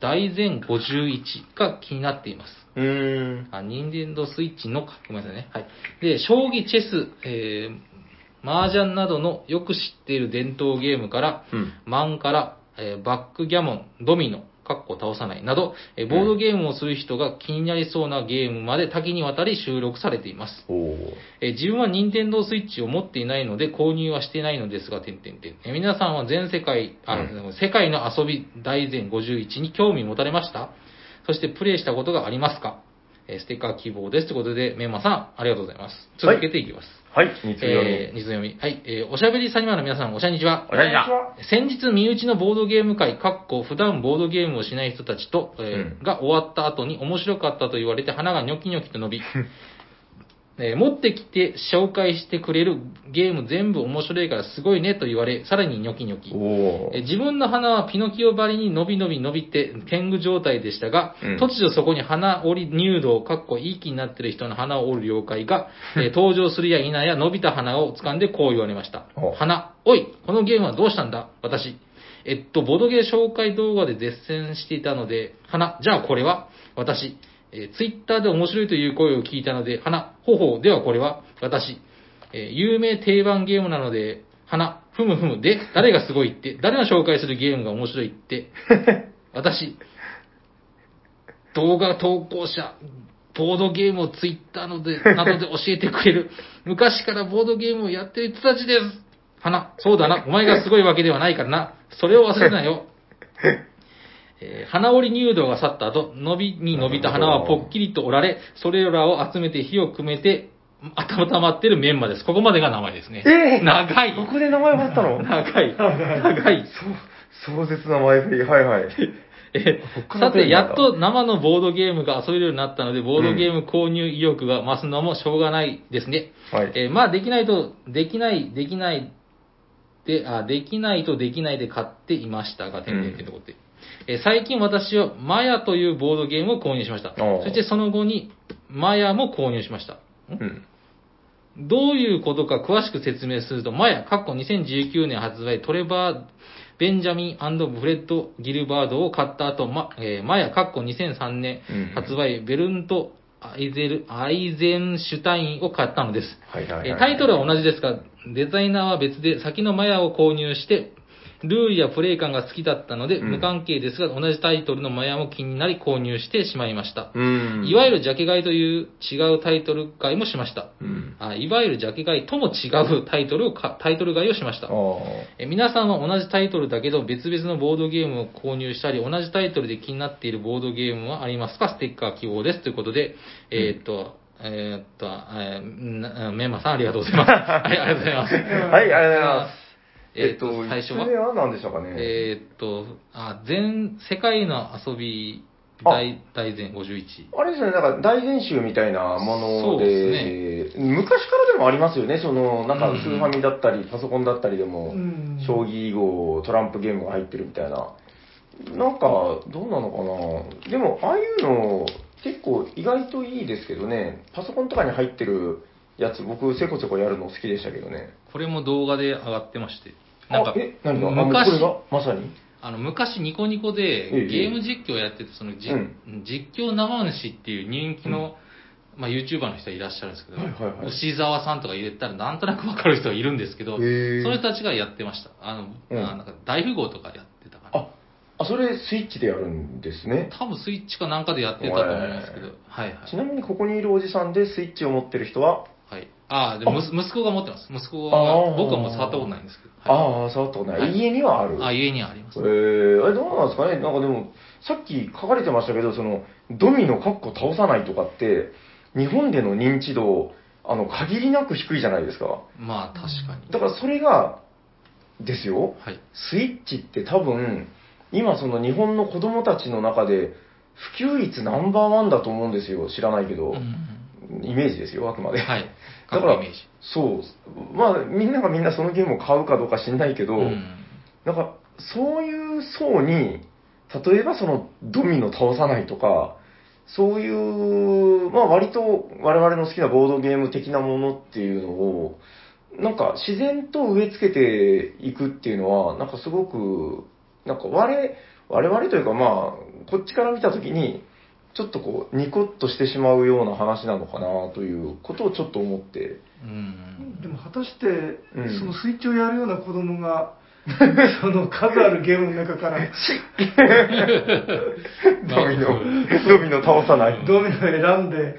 A: 大全51が気になっています。
C: うーん。
A: あ、任天堂スイッチのか。ごめんなさいね。はい。で、将棋、チェス、えー、麻雀などのよく知っている伝統ゲームから、
C: うん。
A: マンから、えーバックギャモン、ドミノ、カッコ倒さないなど、えーボードゲームをする人が気になりそうなゲームまで多岐にわたり収録されています。
C: おー
A: えー自分は任天堂スイッチを持っていないので購入はしていないのですが、てんてんてん。えー皆さんは全世界、あ、
C: う
A: 世界の遊び大全51に興味持たれましたそしてプレイしたことがありますかえーステッカー希望です。ということで、メンマさん、ありがとうございます。
C: はい
A: 続けていきます。
C: はい。三つ読み。
A: えー、二つ読み。はい、えーおしゃべりサニマの皆さん、おしゃにちは。
C: お願いしま
B: こんにちは
A: 先日、身内のボードゲーム会、かっこ、普段ボードゲームをしない人たちと、えー
C: うん
A: が終わった後に面白かったと言われて、花がニョキニョキと伸び、 えー持ってきて紹介してくれるゲーム全部面白いからすごいねと言われ、さらにニョキニョキ。
C: お
A: えー
C: ー
A: 自分の花はピノキオばりに伸び伸び伸びて天狗状態でしたが、
C: うん
A: 突如そこに花折り入道、かっこいい気になってる人の花を折る妖怪が、えー登場するや否や伸びた花を掴んでこう言われました
C: お。
A: 花、おい、このゲームはどうしたんだ私。えっと、ボドゲー紹介動画で絶賛していたので、花、じゃあこれは私。えー、ツイッターで面白いという声を聞いたので、花、ほうほう、ではこれは私。えー有名定番ゲームなので、花、ふむふむ、で、誰がすごいって、誰の紹介するゲームが面白いって、私、動画投稿者、ボードゲームをツイッターの で、などで教えてくれる、昔からボードゲームをやってる人たちです。花、そうだな、お前がすごいわけではないからな、それを忘れな よ。えー花織入道が去った後、伸びに伸びた花はぽっきりと折られ、それらを集めて火をくめて、頭溜まってるメンマです。ここまでが名前ですね。
C: えー
A: 長い。
C: ここで名前もあった の
A: 長い。長い。
C: 壮絶な前振り。は いはい。
A: え
C: ここ
A: さ
C: のテーマ
A: て、
C: だ
A: やっと生のボードゲームが遊べるようになったので、ボードゲーム購入意欲が増すのもしょうがないですね。
C: はい。
A: えーまあ、できないと、できない、できない、で、あ、できないとできないで買っていましたが、てんてんてんとこで。えー最近私は、マヤというボードゲームを購入しました。
C: おう
A: そしてその後に、マヤも購入しました。
C: うん。
A: どういうことか詳しく説明すると、マヤ、過去2019年発売、トレバー、ベンジャミンブレッド・ギルバードを買った後、まえーマヤ、過去2003年発売、ベルント・アイゼル、アイゼンシュタインを買ったのです。
C: はいはい
A: えー
C: はい。
A: タイトルは同じですが、デザイナーは別で、先のマヤを購入して、ルールやプレイ感が好きだったので、
C: うん
A: 無関係ですが、同じタイトルのマヤも気になり購入してしまいました。
C: うん。
A: いわゆ
C: る。
A: るジャケ買いという違うタイトル買いもしました。
C: うん。
A: あいわゆるジャケ買いとも違うタイトルをか、タイトル買いをしまし
C: あ
A: た
C: あ。。
A: え皆さんは同じタイトルだけど別々のボードゲームを購入したり、同じタイトルで気になっているボードゲームはありますかステッカー希望です。ということで、えーっと、えーっと、えーなメンマさんありがとうござい ます。はい、ありがとうございます。
C: はい、ありがとうございます。
A: えーっと、最初
C: 一
A: は
C: つ目、は何でしたかね。
A: えーっと、あ、全、世界の遊び
C: あ
A: 大、大全51。
C: あれですよね、なんか大全集みたいなもの
A: そう
C: で、昔からでもありますよね、その、なんか
A: うん
C: スーファミだったり、パソコンだったりでも、
B: うん
C: 将棋以後、トランプゲームが入ってるみたいな。なんか、どうなのかなでも、ああいうの、結構意外といいですけどね、パソコンとかに入ってるやつ、僕、せこせこやるの好きでしたけどね。
A: これも動画で上がってまして。なん
C: あ
A: か、、
C: え、何があもうこ
A: 昔
C: れ、がまさに
A: あの昔ニコニコ
C: ええ
A: でゲーム実況やってて、そのじ、
C: うん
A: 実況生主っていう人気の、まあ、YouTuber の人いらっしゃるんですけど、
C: はいはいはい
A: 牛沢さんとか入れたらなんとなくわかる人はいるんですけど、
C: へ
A: そ
C: ー
A: の人たちがやってました。あの、
C: うん
A: あなんか大富豪とかやってたから。
C: あ、あ、それ、スイッチでやるんですね。
A: 多分スイッチかなんかでやってたと思いますけど
C: へー、
A: はいは
C: ち
A: い。
C: なみにここにいるおじさんでスイッチを持ってる人は、
A: はい、ああ、でむす息子が持ってます。息子が
C: あー、
A: 僕はもう触ったことないんですけど、はい
C: ああ、触ったことない。
A: はい
C: 家にはある。
A: あ家にはあります
C: え。ー、あれどうなんですかねなんかでも、さっき書かれてましたけど、その、ドミノかっこ倒さないとかって、日本での認知度、あの、限りなく低いじゃないですか。
A: まあ確かに。
C: だからそれが、ですよ。
A: はい。
C: スイッチって多分、今その日本の子供たちの中で、普及率ナンバーワンだと思うんですよ。知らないけど。
A: うん
C: イメージですよ、あくまで。
A: はい。
C: だ
A: 過
C: か
A: 去
C: ら
A: イメージ。
C: そう。まあ、みんながみんなそのゲームを買うかどうか知んないけど、
A: うん
C: なんか、そういう層に、例えばそのドミノ倒さないとか、そういう、まあ割と我々の好きなボードゲーム的なものっていうのを、なんか自然と植え付けていくっていうのは、なんかすごく、なんか我、我々というかまあ、こっちから見たときに、ちょっとこう、ニコッとしてしまうような話なのかなということをちょっと思って。
A: うん。
B: でも果たして、
C: ん
B: そのスイッチをやるような子供が その数あるゲームの中から
C: ドミノ、ドミノ倒さない。
B: ドミノ選んで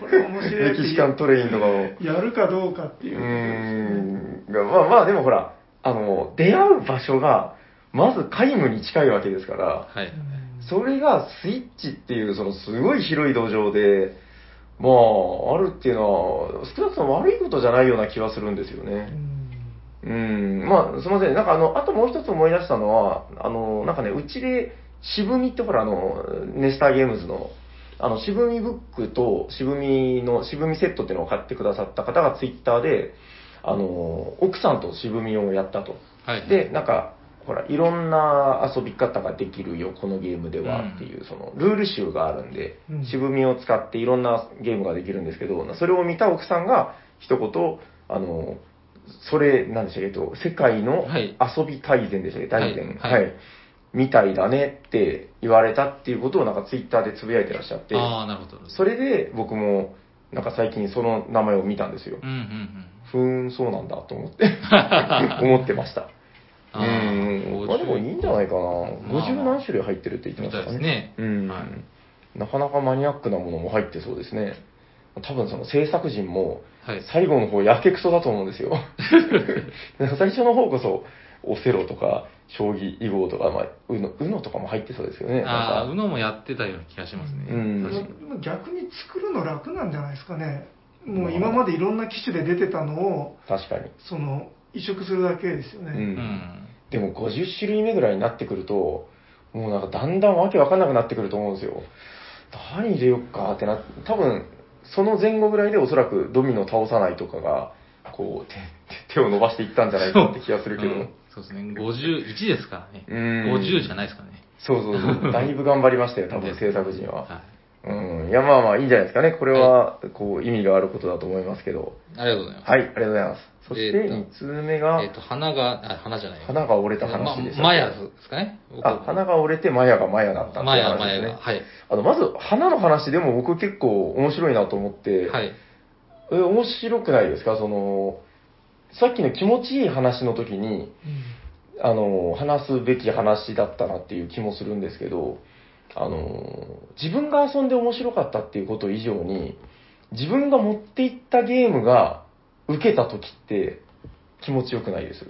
B: これ面白い
C: メキシカントレインとかを。
B: やるかどうかって
C: う
B: いう
C: ー
B: う、
C: ん。まあまあ、でもほら、あの、出会う場所が、まず皆無に近いわけですから、
A: はい。
C: それがスイッチっていう、そのすごい広い土壌で、まあ、あるっていうのは、少なくとも悪いことじゃないような気はするんですよ
B: う
C: ね。
B: ん
C: うん。まあ、すいません。なんかあの、あともう一つ思い出したのは、あの、なんかね、うちで、渋みってほら、あの、ネスターゲームズの、あの、渋みブックと渋みの、渋みセットっていうのを買ってくださった方がツイッターで、あの、奥さんと渋みをやったと。
A: はい。
C: で、なんか、ほら、いろんな遊び方ができるよ、このゲームではっていう、その、ルール集があるんで
B: うん、
C: 渋みを使っていろんなゲームができるんですけど、それを見た奥さんが、一言、あの、それ、なんでしたっけ、えっと、世界の
A: はい
C: 遊び大全でしたっけ、大全。
A: はいは
C: はいい。みたいだねって言われたっていうことをなんかツイッターでつぶやいてらっしゃって、
A: ああ、なるほど。
C: それで僕もなんか最近その名前を見たんですよ
A: う。んうんうん。
C: ふーん、そうなんだと思って、 思ってました。う
A: あー
C: ん。まあでもいいんじゃないかな。
A: まあ
C: 50何種類入ってるって言ってま
A: み
C: した
A: いで
C: たか
A: す
C: ね。
A: ね。
C: うん
A: はい。
C: なかなかマニアックなものも入ってそうですね。多分その制作陣も
A: はい。
C: 最後の方やけくそだと思うんです よ。最初の方こそオセロとか将棋、囲碁とか、まあ、うの、うのとかも入ってそうですよね。
A: ああ、
C: なん
A: う
C: か
A: のもやってたような気がしますね。
C: うん
A: 確かに
B: まあ逆に作るの楽なんじゃないですかねもう今までいろんな機種で出てたのを
C: 確かに。
B: その移植するだけですよね、
C: う
A: うんん。
C: でも50種類目ぐらいになってくると、もうなんかだんだんわけわかんなくなってくると思うんですよ。何入れよっかってな、多分その前後ぐらいでおそらくドミノ倒さないとかが、こう、手手手を伸ばしていったんじゃないかって気がするけど。
A: うんそうですね。51ですからね。
C: うん
A: 50じゃないですからね。
C: そうそうそう。だいぶ頑張りましたよ、多分
A: です
C: 制作陣は。
A: は
C: うん。いや、まあまあいいんじゃないですかね。これは、こう、意味があることだと思いますけど。
A: い。ありがとうございます。
C: はい、ありがとうございます。そし
A: えー
C: て
A: と
C: 2通目が
A: えっ、、と、花が、あ、花じゃない。
C: 花が折れた話でしたっけ
A: まマヤですかね。
C: あ、花が折れてマヤがマヤだったって
A: マ
C: いう
A: ヤ、
C: 話
A: マ
C: で
A: ヤ
C: す
A: が。
C: ね。
A: はい。
C: あの、まず、花の話でも僕結構面白いなと思って、
A: はい。
C: え面白くないですかその、さっきの気持ちいい話の時に、あの、話すべき話だったなっていう気もするんですけど、あの、自分が遊んで面白かったっていうこと以上に、自分が持っていったゲームが受けた時って気持ちよくないです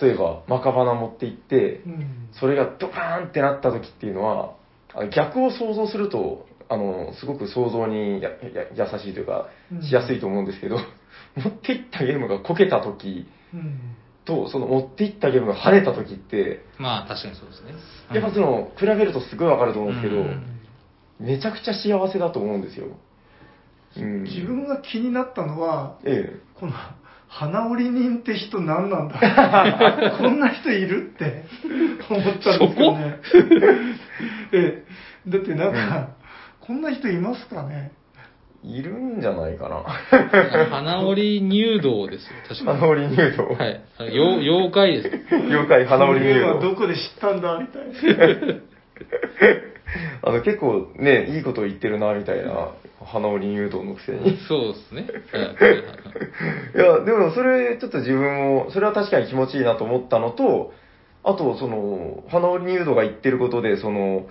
C: 例えば、マカバナ持って行って、
B: うん
C: それがドカーンってなった時っていうのは、あの逆を想像すると、あの、すごく想像にやや優しいというか、
B: うん
C: しやすいと思うんですけど、 持っていったゲームがこけた時
B: うん
C: と、その持っていったゲームが跳ねた時って、
A: まあ、確かにそうですね。
C: やっぱその、比べるとすごいわかると思うんですけど、
A: うん
C: めちゃくちゃ幸せだと思うんですよ。うん。
B: 自分が気になったのは
C: え
B: この花織人って人何な んだこんな人いるって思ったんですよね ええだってなんか、こんな人いますかね
C: え、いるんじゃないかな。
A: 花織入道ですよ、確かに。
C: 花織入道。
A: はい。あの妖妖怪です。
C: 妖怪花織入
B: この絵は
C: 道。
B: どこで知ったんだみたいな
C: あの、結構ね、いいこと言ってるな、みたいな、花織誘導のくせに。
A: そうですね。はいはいはい
C: いや、でもそれ、ちょっと自分も、それは確かに気持ちいいなと思ったのと、あと、その、花織誘導が言ってることで、その、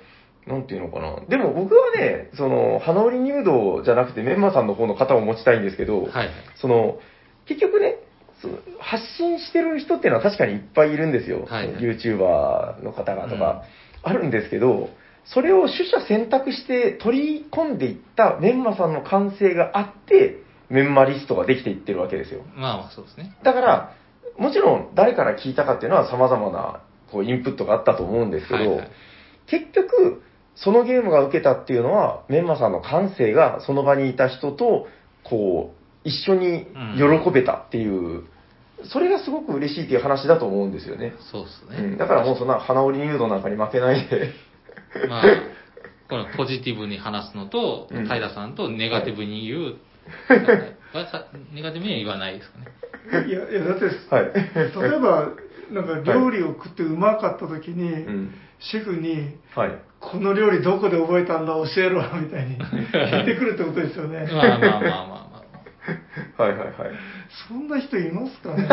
C: なんていうのかな。でも僕はね、その、花織誘導じゃなくて、メンマさんの方の型を持ちたいんですけど、
A: はいはい。
C: その、結局ね、その発信してる人っていうのは確かにいっぱいいるんですよ。
A: はいはい
C: YouTuber の方がとか、あるんですけど、それを取捨選択して取り込んでいったメンマさんの感性があって、メンマリストができていってるわけですよ。
A: まあまあ、そうですね。
C: だから、もちろん誰から聞いたかっていうのは様々なこうインプットがあったと思うんですけど、
A: はいはい
C: 結局、そのゲームが受けたっていうのは、メンマさんの感性がその場にいた人と、こう、一緒に喜べたっていう、それがすごく嬉しいっていう話だと思うんですよね。
A: そうです
C: う
A: ね
C: ん、。だからもうそんな花織入道なんかに負けない で、
A: まあ、このポジティブに話すのと、
C: うん
A: 平さんとネガティブに言う、わさネガティブには言わないですかね。
B: いやいやだって、
C: はい。
B: 例えばなんか料理を食ってうまかった時に、
C: うん。
B: シェフに
C: はい。
B: 「この料理どこで覚えたんだ教えろ」みた いに聞いてくるってことですよね
A: まあまあまあまあま
C: はいはいはい。
B: そんな人いますかね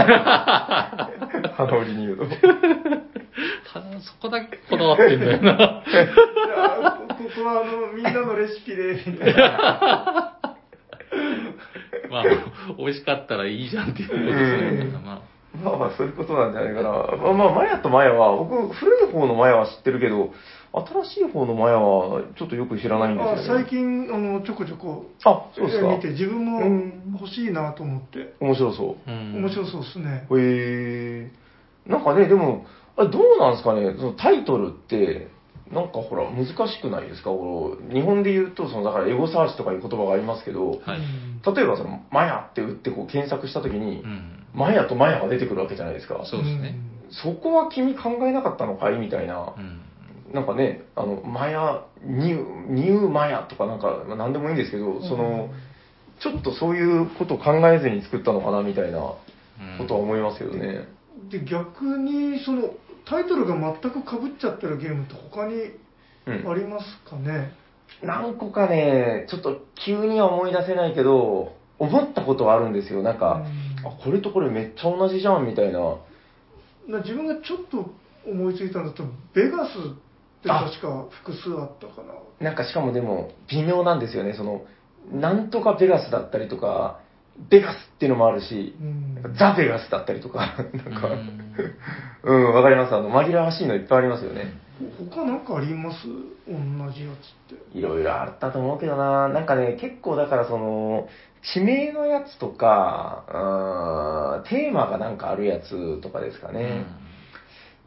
C: 花織入道。
A: あ。ただ、そこだけこだわってんだよ な。
B: いやこここはあのみんなのレシ ピでみたいな
A: まあ、美味しかったらいいじゃんっていうことですね。
C: うん
A: まあ、
C: まあまあ、そういうことなんじゃないかな。まあまあ、マヤとマヤは、僕、古い方のマヤは知ってるけど、新しい方のマヤは、ちょっとよく知らないん
B: あ
C: ですよ、ね。
B: 最。近あのちょこちょこ
C: あ、そうですか。
B: 見て自分も
C: うん
B: 欲しいなと思って、
C: 面白そう。
A: うん
B: 面白そうですね
C: へえ。なんかね、でも、あれどうなんですかね、そのタイトルって、なんかほら、難しくないですかこの日本で言うと、そのだからエゴサーチとかいう言葉がありますけど、
A: はい
B: うん
C: 例えばその、マヤって打ってこう検索したときに
A: う、ん。
C: マヤとマヤが出てくるわけじゃないですか。
A: そうですね
C: そこは君考えなかったのかいみたいな
A: う。ん。
C: なんかね、あの、マヤ、ニュー、ニューマヤとかなんか、まあなんでもいいんですけ
B: う
C: ど、
B: ん
C: その、ちょっとそういうことを考えずに作ったのかなみたいなこ
A: うん
C: とは思いますけどね。
B: で逆にそのタイトルが全くかぶっちゃってるゲームって他に
C: うん
B: ありますかね、
C: 何個かね、ちょっと急には思い出せないけど、思ったことはあるんですよ。なん
B: う
C: か、
B: ん
C: あ、これとこれめっちゃ同じじゃんみたいな。
B: な自分がちょっと思いついたのだとベガスって確か複数あったかな
C: なんかしかもでも、微妙なんですよね。その、なんとかベガスだったりとか、ベガスっていうのもあるし、
B: うん
C: なんかザ・ベガスだったりとか、 なんか、
A: うん
C: うん、わかります。あの、紛らわしいのいっぱいありますよね。
B: 他なんかあります同じやつって
C: いろいろあったと思うけどな、なんかね、結構だからその、地名のやつとか、うんテーマがなんかあるやつとかですかね。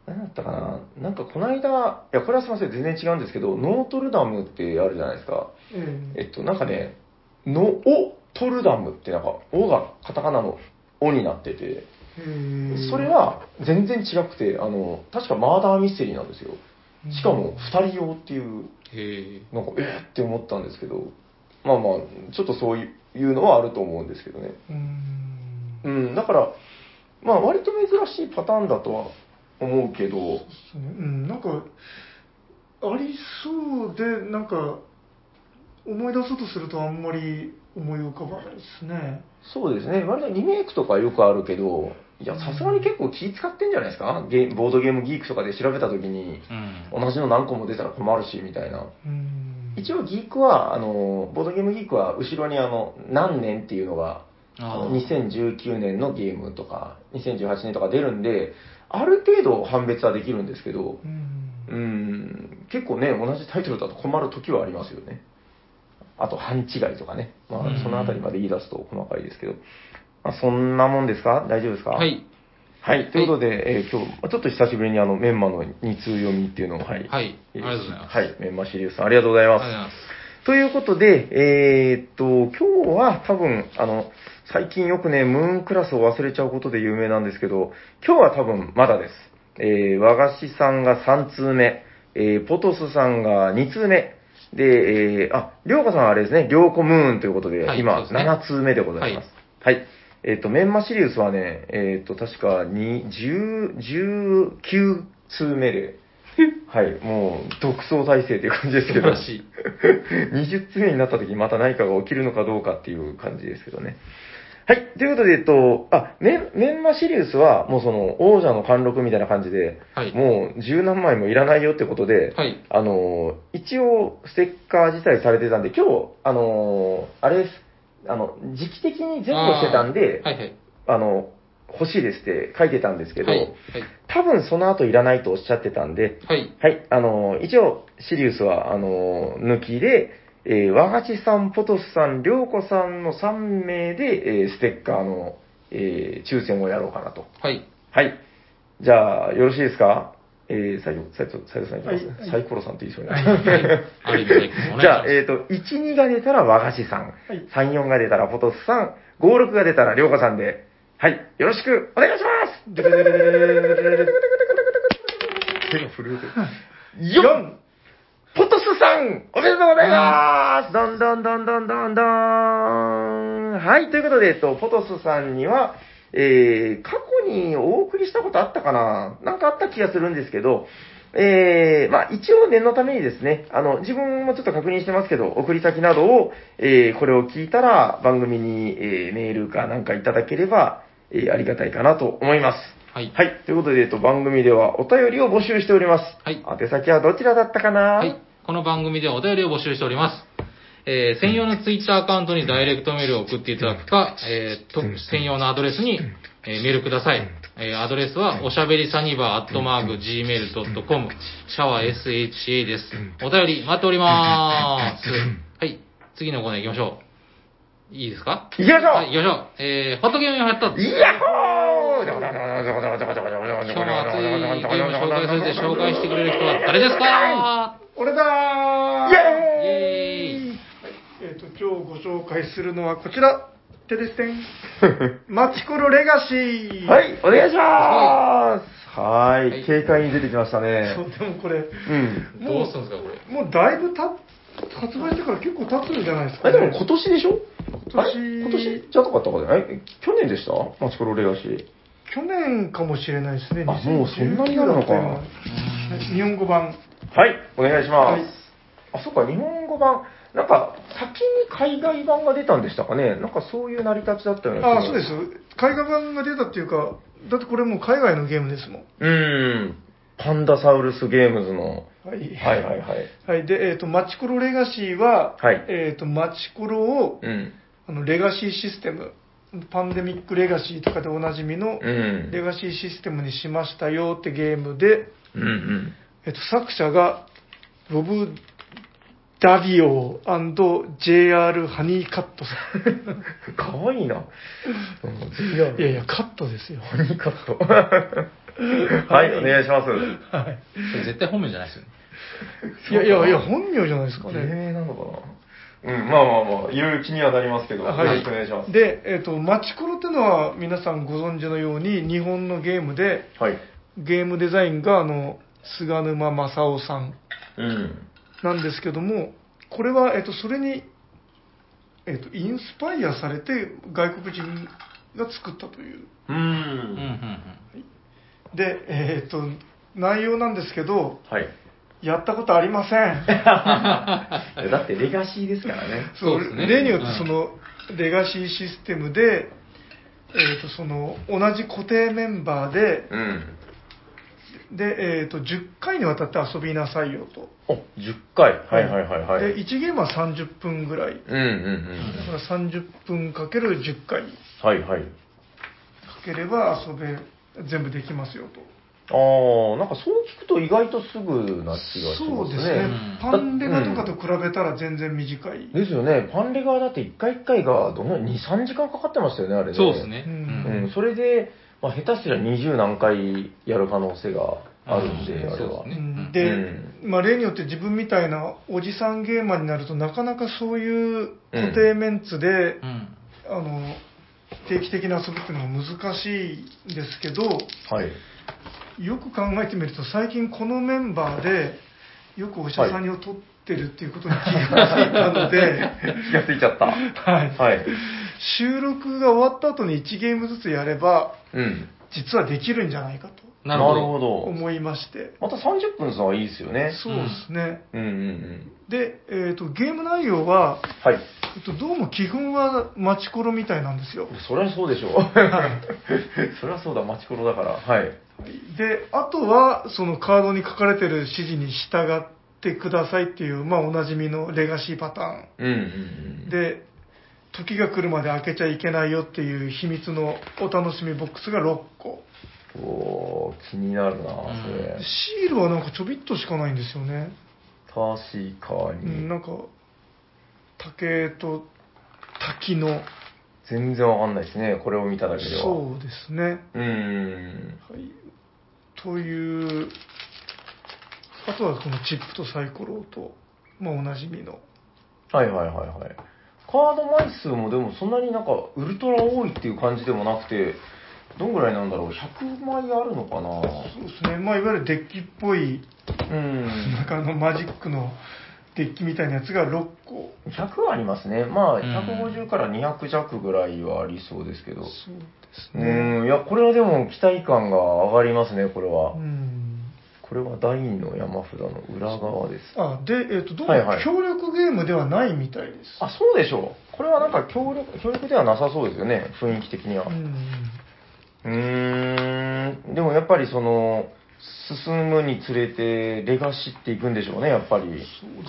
C: 何だったかななんかこの間、いや、これはすいません、全然違うんですけど、ノートルダムってあるじゃないですか。
B: え
C: えっと、なんかね、の、お、トルダムってなんか、おがカタカナのおになってて、
B: えへえ
C: それは全然違くて、あの、確かマーダーミステリーなんですよ。しかも、二人用っていう、
A: へえ。
C: なんか、えー、って思ったんですけど、まあまあ、ちょっとそういうのはあると思うんですけどね。
B: うん
C: う、
B: そうん
C: だから、まあ、割と珍しいパターンだとは思うけど、
B: ですねうんなんかありそうでなんか思い出そうとするとあんまり思い浮かばないですね
C: そうですね、割とリメイクとかよくあるけど、いや、さすがに結構気使ってんじゃないですか、ゲーボードゲームギークとかで調べたときに、
A: うん。
C: 同じの何個も出たら困るし、みたいな。
B: うん
C: 一応、ギークは、あの、ボードゲームギークは、後ろにあの、何年っていうのが、あ
A: あ
C: の
A: あ
C: 2019年のゲームとか、2018年とか出るんで、ある程度判別はできるんですけど、
B: うん
C: うん、結構ね、同じタイトルだと困る時はありますよね。あと、半違いとかね。ま
A: うん
C: あ、そのあたりまで言い出すと細かいですけど。まあ、そんなもんですか大丈夫ですか
A: は。い。
C: はい。ということで、えー今日、ちょっと久しぶりにあの、メンマの二通読みっていうのを、はい。
A: はい。あ
C: え
A: り
C: ー
A: がとうございます。
C: はい。メンマシリウスさん、ありがとうござい
A: ありが
C: ま
A: とうござい
C: す。
A: ます。
C: ということで、えーっと、今日は多分、あの、最近よくね、ムーンクラスを忘れちゃうことで有名なんですけど、今日は多分まだです。えー、和菓子さんが3通目、えー、ポトスさんが2通目、で、えー、あ、りょうかさんはあれですね、りょうこムーンということで、
A: はいそう
C: 今、
A: ですね
C: 7通目でございます。はい。えーっと、メンマシリウスはね、えーっと、確かに、10、19通 目で、はい、もう、独走体制という感じです
A: 素晴
C: けど。
A: らしい。
C: 20つ目になった時にまた何かが起きるのかどうかっていう感じですけどね。はい。ということで、えっと、あ、メン、メンマシリウスは、もうその、王者の貫禄みたいな感じで、
A: はい。
C: もう、十何枚もいらないよってことで、
A: はい。
C: あのー、一応、ステッカー自体されてたんで、今日、あのー、あれです。あの、時期的に前後してたんで、あ,、
A: はいはい。
C: の、欲しいですって書いてたんですけど、
A: はい。はい。
C: 多分その後いらないとおっしゃってたんで、
A: はい。
C: はい、あの、一応、シリウスは、あの、抜きで、えー、和菓子さん、ポトスさん、りょうこさんの3名で、えーステッカーの、えー抽選をやろうかなと。
A: はい。
C: はい。じゃあ、よろしいですかえー、斉藤斉藤斉藤さんいきます、
B: はい
C: サイコロさんって言いそうになる
A: ある意味最近もね。
C: じゃあ、えっ、と、1、2が出たら和菓子さん、
B: い
C: 3、4が出たらフォトスさん、5、6が出たらりょうこさんで、はい、よろしくお願いします 手が震えてる。4! ポトスさんおめでとうございますどんどんどんどんどんどんはい、ということで、えっと、ポトスさんには、えー、過去にお送りしたことあったかななんかあった気がするんですけど、えー、まあ一応念のためにですね、あの、自分もちょっと確認してますけど、送り先などを、えー、これを聞いたら番組に、えー、メールかなんかいただければ、えー、ありがたいかなと思います。
A: はい。
C: はい。ということで、えっと、番組ではお便りを募集しております。
A: はい
C: 宛先はどちらだったかな
A: はい。この番組ではお便りを募集しております。えー専用のツイッターアカウントにダイレクトメールを送っていただくか、えーと専用のアドレスに、えーメールください。えーアドレスは、おしゃべりサニバーアットマーク gmail.com、シャワー SHA です。お便り待っており ます。はい。次のコーナー行きましょう。いいですか
C: 行きましょう、
A: はい、行きましょう。えー、ホットゲームにハット。
C: イヤッホー
A: 今日も熱いゲームを紹介するで紹介してくれる人は誰ですか
B: 俺だ
C: イ
B: ー
A: イ
C: エ
A: エーイ
B: えっ、と、今日ご紹介するのはこちら。テレステン。マチコロレガシ
C: ーイ
B: ー。
C: はい、お願いしますは
A: は
C: ー
A: い
C: い、警戒に出てきましたね
B: そう、。でもこれ、
C: うん。
A: どうするんですか、これ。
B: もうだいぶた発売してから結構経つんじゃないです
C: あ
B: か、
C: れ
B: ね。
C: でも今年でしょ
B: 今年
C: あれ今年じゃなかったかねあれ去年でしたマチコロレガシー。
B: 去年かもしれないですね。
C: あもうそんなになるのか
B: 2019だったような日本語版。
C: はい、お願いしま
B: はい
C: す。あ、そっか、日本語版。なんか、先に海外版が出たんでしたかねなんかそういう成り立ちだったよね。
B: ああ、そうです。。海外版が出たっていうか、だってこれもう海外のゲームですもん。
C: うーん。パンダサウルスゲームズの。
B: はい。
C: はいはいはい。
B: はい、で、えっ、と、マチコロレガシーは、
C: はい
B: えっ、と、マチコロを、
C: うん。
B: あの、レガシーシステム、パンデミックレガシーとかでおなじみの、
C: うん。
B: レガシーシステムにしましたよってゲームで、
C: うんうん。
B: えっと、作者が、ロブ・ダビオ &JR ハニーカットさ
C: かわいいな。うん、
B: ん。いやいや、カットですよ。
C: ハニーカット。 はい、お願いします。
B: はい。
A: それ絶対本名じゃないですよね。
B: いやいやいや、本名じゃないですか
C: 有
B: ね。
C: 名なのかなうん、まあまあまあ、いろいろ気にはなりますけど、
B: はい
C: よろしくお願いします。
B: で、えっと、マチコロってのは皆さんご存知のように、日本のゲームで、
C: はい。
B: ゲームデザインが、あの、菅沼正夫さん
C: うん。
B: なんですけども、これは、えっと、それに、えっと、インスパイアされて、外国人が作ったという。
A: う
C: う。
A: んうんん
B: で、えーっと、内容なんですけど、
C: はい。
B: やったことありません。
C: だってレガシーですからね。
A: そうですね
B: 例によってその、レガシーシステムで、えーっと、その、同じ固定メンバーで、
C: うん。
B: で、えーっと、10回にわたって遊びなさいよと。
C: お、10回。はいはいはいはい。
B: で、1ゲームは30分ぐらい。
C: うんうん
B: だから30分かける10回か
C: うん。はいはい。
B: ければ遊べ、全部できますよと。
C: あー、なんかそう聞くと意外とすぐな気がし
B: そ
C: ま
B: う
C: すね。
B: ですね
A: うん。
B: パンデガとかと比べたら全然短い。
C: ですよね。パンレガーだって1回1回がどの2、3時間かかってましたよね、あれ
A: う
C: ね。
A: ん。 そうですね。
B: う
A: うん
C: うんん。それで、まあ、下手すりゃ20何回やる可能性があるんで、
A: うん
C: あれは
A: そう。ね
B: うんで、
C: う
B: まあ、例によって自分みたいなおじさんゲーマーになるとなかなかそういう固定メンツで、
A: うん。
B: あの定期的な遊びっていうのが難しいんですけど
C: はい。
B: よく考えてみると最近このメンバーでよくお医者さんを取ってるっていうことに気がついたので、
C: 気がついちゃった。
B: はい
C: はい。
B: 収録が終わった後に1ゲームずつやれば
C: うん。
B: 実はできるんじゃないかと
A: なるほど。
C: ど
B: 思いまして
C: また30分さはいいですよね。
B: そうですね、
C: うんうんうん。
B: で、えー、とゲーム内容は
C: はい。
B: えっと、どうも基本はマチコロみたいなんですよ。
C: そりゃそうで しょう。そりゃそうだ、マチコロだから。はい。
B: で、あとは、そのカードに書かれてる指示に従ってくださいっていう、まあおなじみのレガシーパタ
C: うんうん
B: ー
C: う
B: ン。
C: ん。
B: で、時が来るまで開けちゃいけないよっていう秘密のお楽しみボックスが6個。
C: おー、気になるな、それ
A: う。
B: シールはなんかちょびっとしかないんですよね。
C: 確か
B: う
C: に
B: ん、。なんか、竹と滝の、
C: 全然わかんないですね、これを見ただけでは。
B: そうですね。
C: う。うん。
B: はい、というあとはこのチップとサイコロと、まあ、おなじみの
C: はいはいはいはい。カード枚数もでもそんなになんかウルトラ多いっていう感じでもなくて、どんぐらいなんだろう ?100 枚あるのかな
B: そうですね、まあ、いわゆるデッキっぽい
C: うん
B: な。んかあのマジックのデッキみたいなやつが6個
C: 100はありますね。まあ、
A: うん
C: 150から200弱ぐらいはありそうですけど。
B: そうです
C: う
B: ね
C: ん、いや、これはでも期待感が上がりますね、これは
B: う。ん
C: これは第二の山札の裏側です。
B: あで、えっとどうも
C: はいはい
B: 協力ゲームではないみたいです
C: あ、そうでしょう。これはなんか協力、協力ではなさそうですよね、雰囲気的には。
B: うん
C: うーん、でもやっぱりその、進むにつれて、レガシっていくんでしょうね、やっぱり。
B: そうで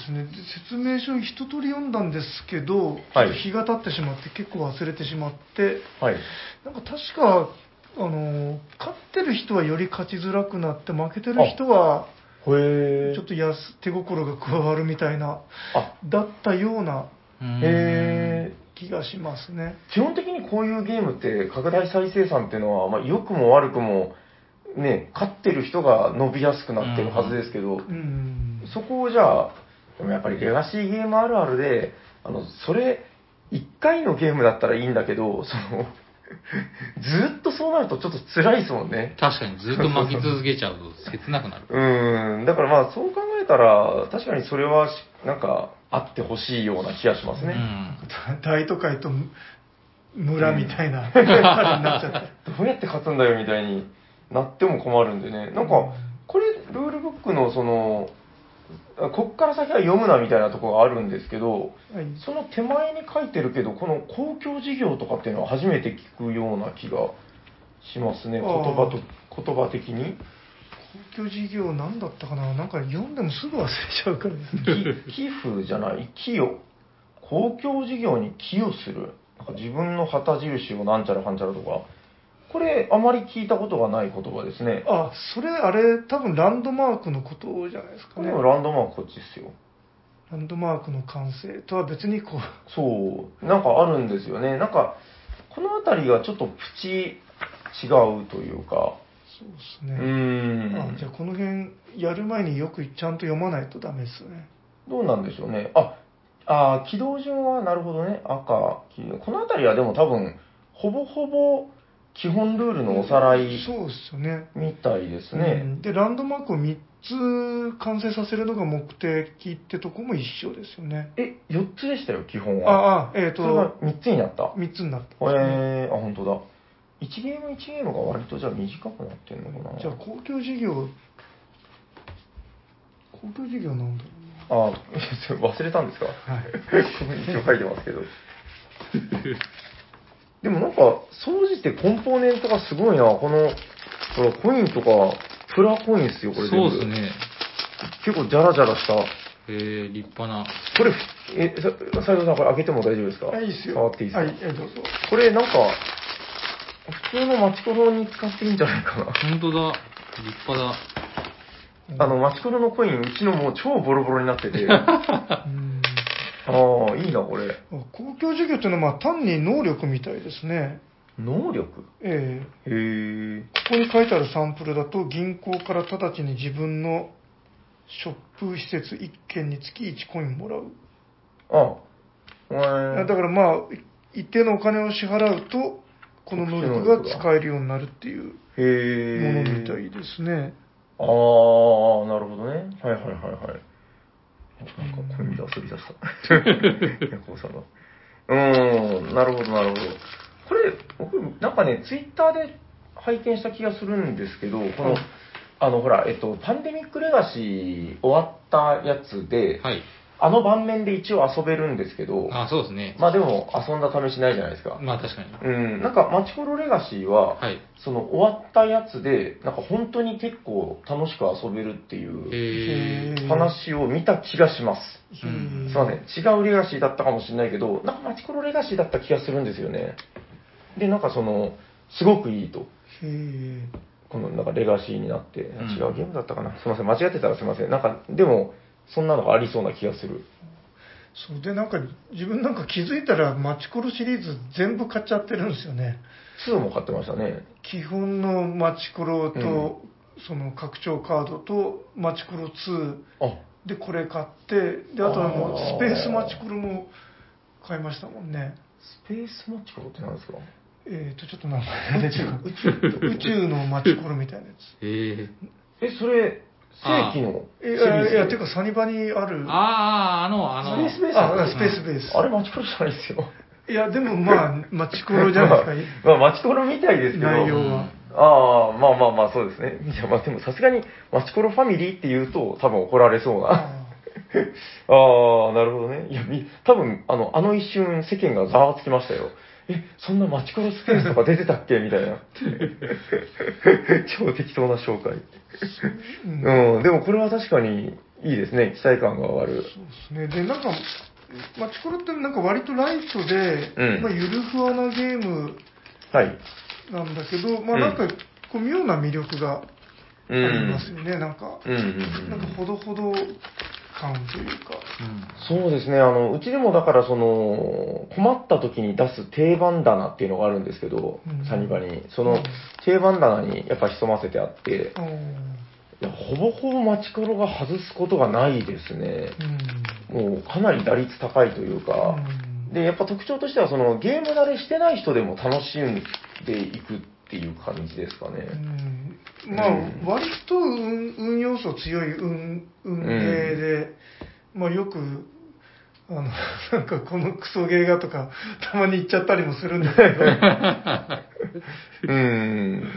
B: すねで説明書に一通り読んだんですけ
C: は
B: ど、
C: い
B: ちょっと日が経ってしまって結構忘れてしまって
C: はい。
B: なんか確かあのー勝ってる人はより勝ちづらくなって負けてる人はち
C: へ
B: ょっと安手心が加わるみたいな
C: あ、
B: だったような
A: うん
C: へえ。
B: 気がしますね
C: 基本的にこういうゲームって、拡大再生産っていうのは、まあ、良くも悪くも、ね、勝ってる人が伸びやすくなってるはずですけど、
B: うん
C: そこをじゃあ、でもやっぱりレガシーゲームあるあるで、あの、それ、一回のゲームだったらいいんだけど、その、ずっとそうなるとちょっと辛いですもんね。
A: 確かにずっと巻き続けちゃうと切なくなる。
C: うん、だからまあそう考えたら、確かにそれはし、なんか、あってほしいような気がします
A: う
C: ね。
A: ん。
B: 大都会と村みたいな、感じになっちゃって
C: どうやって勝つんだよみたいになっても困るんでね。なんか、これ、ルールブックのその、あこっから先は読むなみたいなところがあるんですけど、
B: はい
C: その手前に書いてるけど、この公共事業とかっていうのは初めて聞くような気がしますね、
B: あー
C: 言葉と、言葉的に。
B: 公共事業なんだったかななんか読んでもすぐ忘れちゃうからですね
C: き 寄付じゃない、寄与。公共事業に寄与する。なんか自分の旗印をなんちゃらかんちゃらとか。これ、あまり聞いたことがない言葉ですね。
B: あそれあれ多分ランドマークのことじゃないですか
C: こ
B: ね
C: れもランドマークこっちですよ。
B: ランドマークの完成とは別にこう
C: そう、なんかあるんですよね。なんか、この辺りがちょっとプチ違うというか。
B: そうで
C: う
B: すね、
C: ー
B: あ
C: ん。
B: じゃあこの辺やる前によくちゃんと読まないとダメですね
C: どうなんでしょうね。あ、あー軌道順はなるほどね。赤、黄色この辺りはでも多分、ほぼほぼ基本ルールのおさらい
B: そうですよね
C: みたいです
B: う
C: ね。
B: んでランドマークを3つ完成させるのが目的ってとこも一緒ですよね
C: え、4つでしたよ、基本は。あ
B: ああえっ、
C: それが
B: と
C: 3つになった。
B: 3つになった
C: えー、あ、本当だ。1ゲーム1ゲームが割とじゃあ短くなってんのかな。
B: じゃあ公共事業公共事業なんだろ
C: あー、 それ忘れたんですか
B: うなはい
C: ここに一応書いてますけど。でもなんか、総じてコンポーネントがすごいな。この、ほら、コインとか、プラコインですよ、これ
A: そ
C: 全
A: う
C: 部。
A: ですね。
C: 結構ジャラジャラした。
A: えー、立派な。
C: これ、え、さ斉藤さん、これ開けても大丈夫ですか
B: はい、いいですよ。
C: 触っていいですか、
B: はい、えどうぞ。
C: これなんか、普通のマチコロに使っていいんじゃないかな。
A: 本当だ。立派だ。
C: あの、マチコロのコイン、うちのもう超ボロボロになって て。あ
B: うん、
C: あ、いいな、これ。
B: 公共事業というのは、まあ、単に能力みたいですね。
C: 能力
B: ええ
C: へえ。
B: ここに書いてあるサンプルだと、銀行から直ちに自分のショップ施設1件につき1コインもらう。
C: あ、え
B: だ
C: ー
B: からまあ、一定のお金を支払うと、この能力が使えるようになるっていう
C: へえ。
B: ものみたいですね。
C: あー、なるほどね。はいはいはいはい。なんか、コインで遊び出した。ヤコウさんが。うーん、なるほどなるほど。これ、僕、なんかね、ツイッターで拝見した気がするんですけど、この、あの、ほら、えっと、パンデミックレガシー終わったやつで、
A: はい。
C: あの盤面で一応遊べるんですけど、
A: あ、そうですね。
C: まあでも、遊んだ試しないじゃないですか。
A: まあ確かに。
C: うん、なんか、マチコロレガシーは、
A: はい。
C: その終わったやつで、なんか本当に結構楽しく遊べるっていう
A: え
B: へー
C: 話を見た気がします。
A: う
C: す
A: ん
C: いません、違うレガシーだったかもしれないけど、なんかマチコロレガシーだった気がするんですよね。で、なんかその、すごくいいと。
B: へえ。
C: このなんかレガシーになって、違
A: ん
C: うゲームだったかな。すいません、間違ってたらすいません。なんか、でも、そんなのがありそうな気がする。
B: そうでなんか自分なんか気づいたらマチコロシリーズ全部買っちゃってるんですよね
C: 2も買ってましたね。
B: 基本のマチコロと、
C: うん
B: その拡張カードとマチクロ2
C: あ
B: でこれ買ってであとあの
C: あー
B: スペースマチクロも買いましたもんね
C: スペースマチコロって何ですか
B: えっ、とちょっと名前 が出てる宇宙のマチクロみたいなやつ
A: え
C: え、それ、正規の シ
B: え
C: リーズ
B: あいやてかサニバにある
A: ー、ああ、あの、あ
C: ス
A: の
C: ペー、スベース
B: あスペースベース
C: あれ、マチコロじゃないですよ。
B: いやでもまあマチクロじゃないです
C: まあ、マチコロみたいですけど、
B: か内容
A: う
B: は
A: ん
C: ああ、まあまあまあ、そうですね。いや、まあでもさすがに、マチコロファミリーって言うと、多分怒られそうな。
B: あ
C: ああ、なるほどね。いや、み多分、あの、あの一瞬、世間がざわつきましたよ。え、そんなマチコロスペースとか出てたっけみた いな。超適当な紹介。
B: ーうん
C: うん、でもこれは確かにいいですね。期待感が上がる。
B: そうですね。で、なんか、マチコロってなんか割とライトで、
C: うん
B: まあ、ゆるふわなゲーム
C: はい。
B: なんだけど、まあ
C: うん
B: なんか、こう妙な魅力があ
C: う
B: りま
C: ん
B: す。よね、なんか。
C: うんうんう
B: なん
C: ん
B: か、ほどほど感というか。
C: そうですね、あのうちでもだからその、困った時に出す定番棚っていうのがあるんですけど、
B: うん
C: サニバに、そ
B: うん
C: の定番棚にやっぱ潜ませてあって、
B: あー
C: いやほぼほぼマチコロが外すことがないですね、
B: うん。
C: もうかなり打率高いというか、
B: うん
C: でやっぱ特徴としてはその、ゲーム慣れしてない人でも楽しんでいくっていう感じですかね。
B: うんまあ
C: うん、
B: 割と運運要素強い運運ゲーで、まあ、よくあの なんかこのクソゲーがとかたまに言っちゃったりもするんで すけ
C: う
B: ど、
C: ん、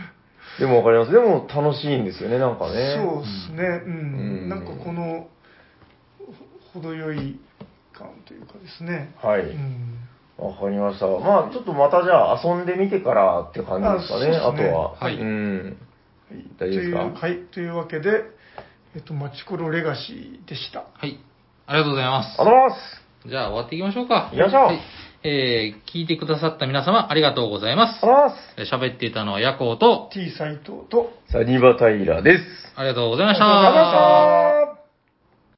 C: でもわかります、でも楽しいんですよね、なんかね。
B: そうですね、うん
C: うん
B: なんかこのほ程よい感というかですね、
C: はい、
B: うん、
C: わかりました。まあ、ちょっとまたじゃあ遊んでみてからって感じですかね、
B: あそ
C: あ
B: うで
C: と
B: すね
C: は。
A: はい
C: うん。大丈夫ですか
B: というはいというわけで、えっと、マチコロレガシーでした。
A: はい。ありがとうございます
C: あ。りがとうございます
A: じゃあ終わっていきましょうか。
C: 行きましょう
A: はい、えー、聞いてくださった皆様ありがとうございま。
C: ありがとうございます
A: 喋っていたのはヤコウと、
B: T 斎藤と
C: すサニバタイラです。
A: ありがとうございました。
C: ありがとうございました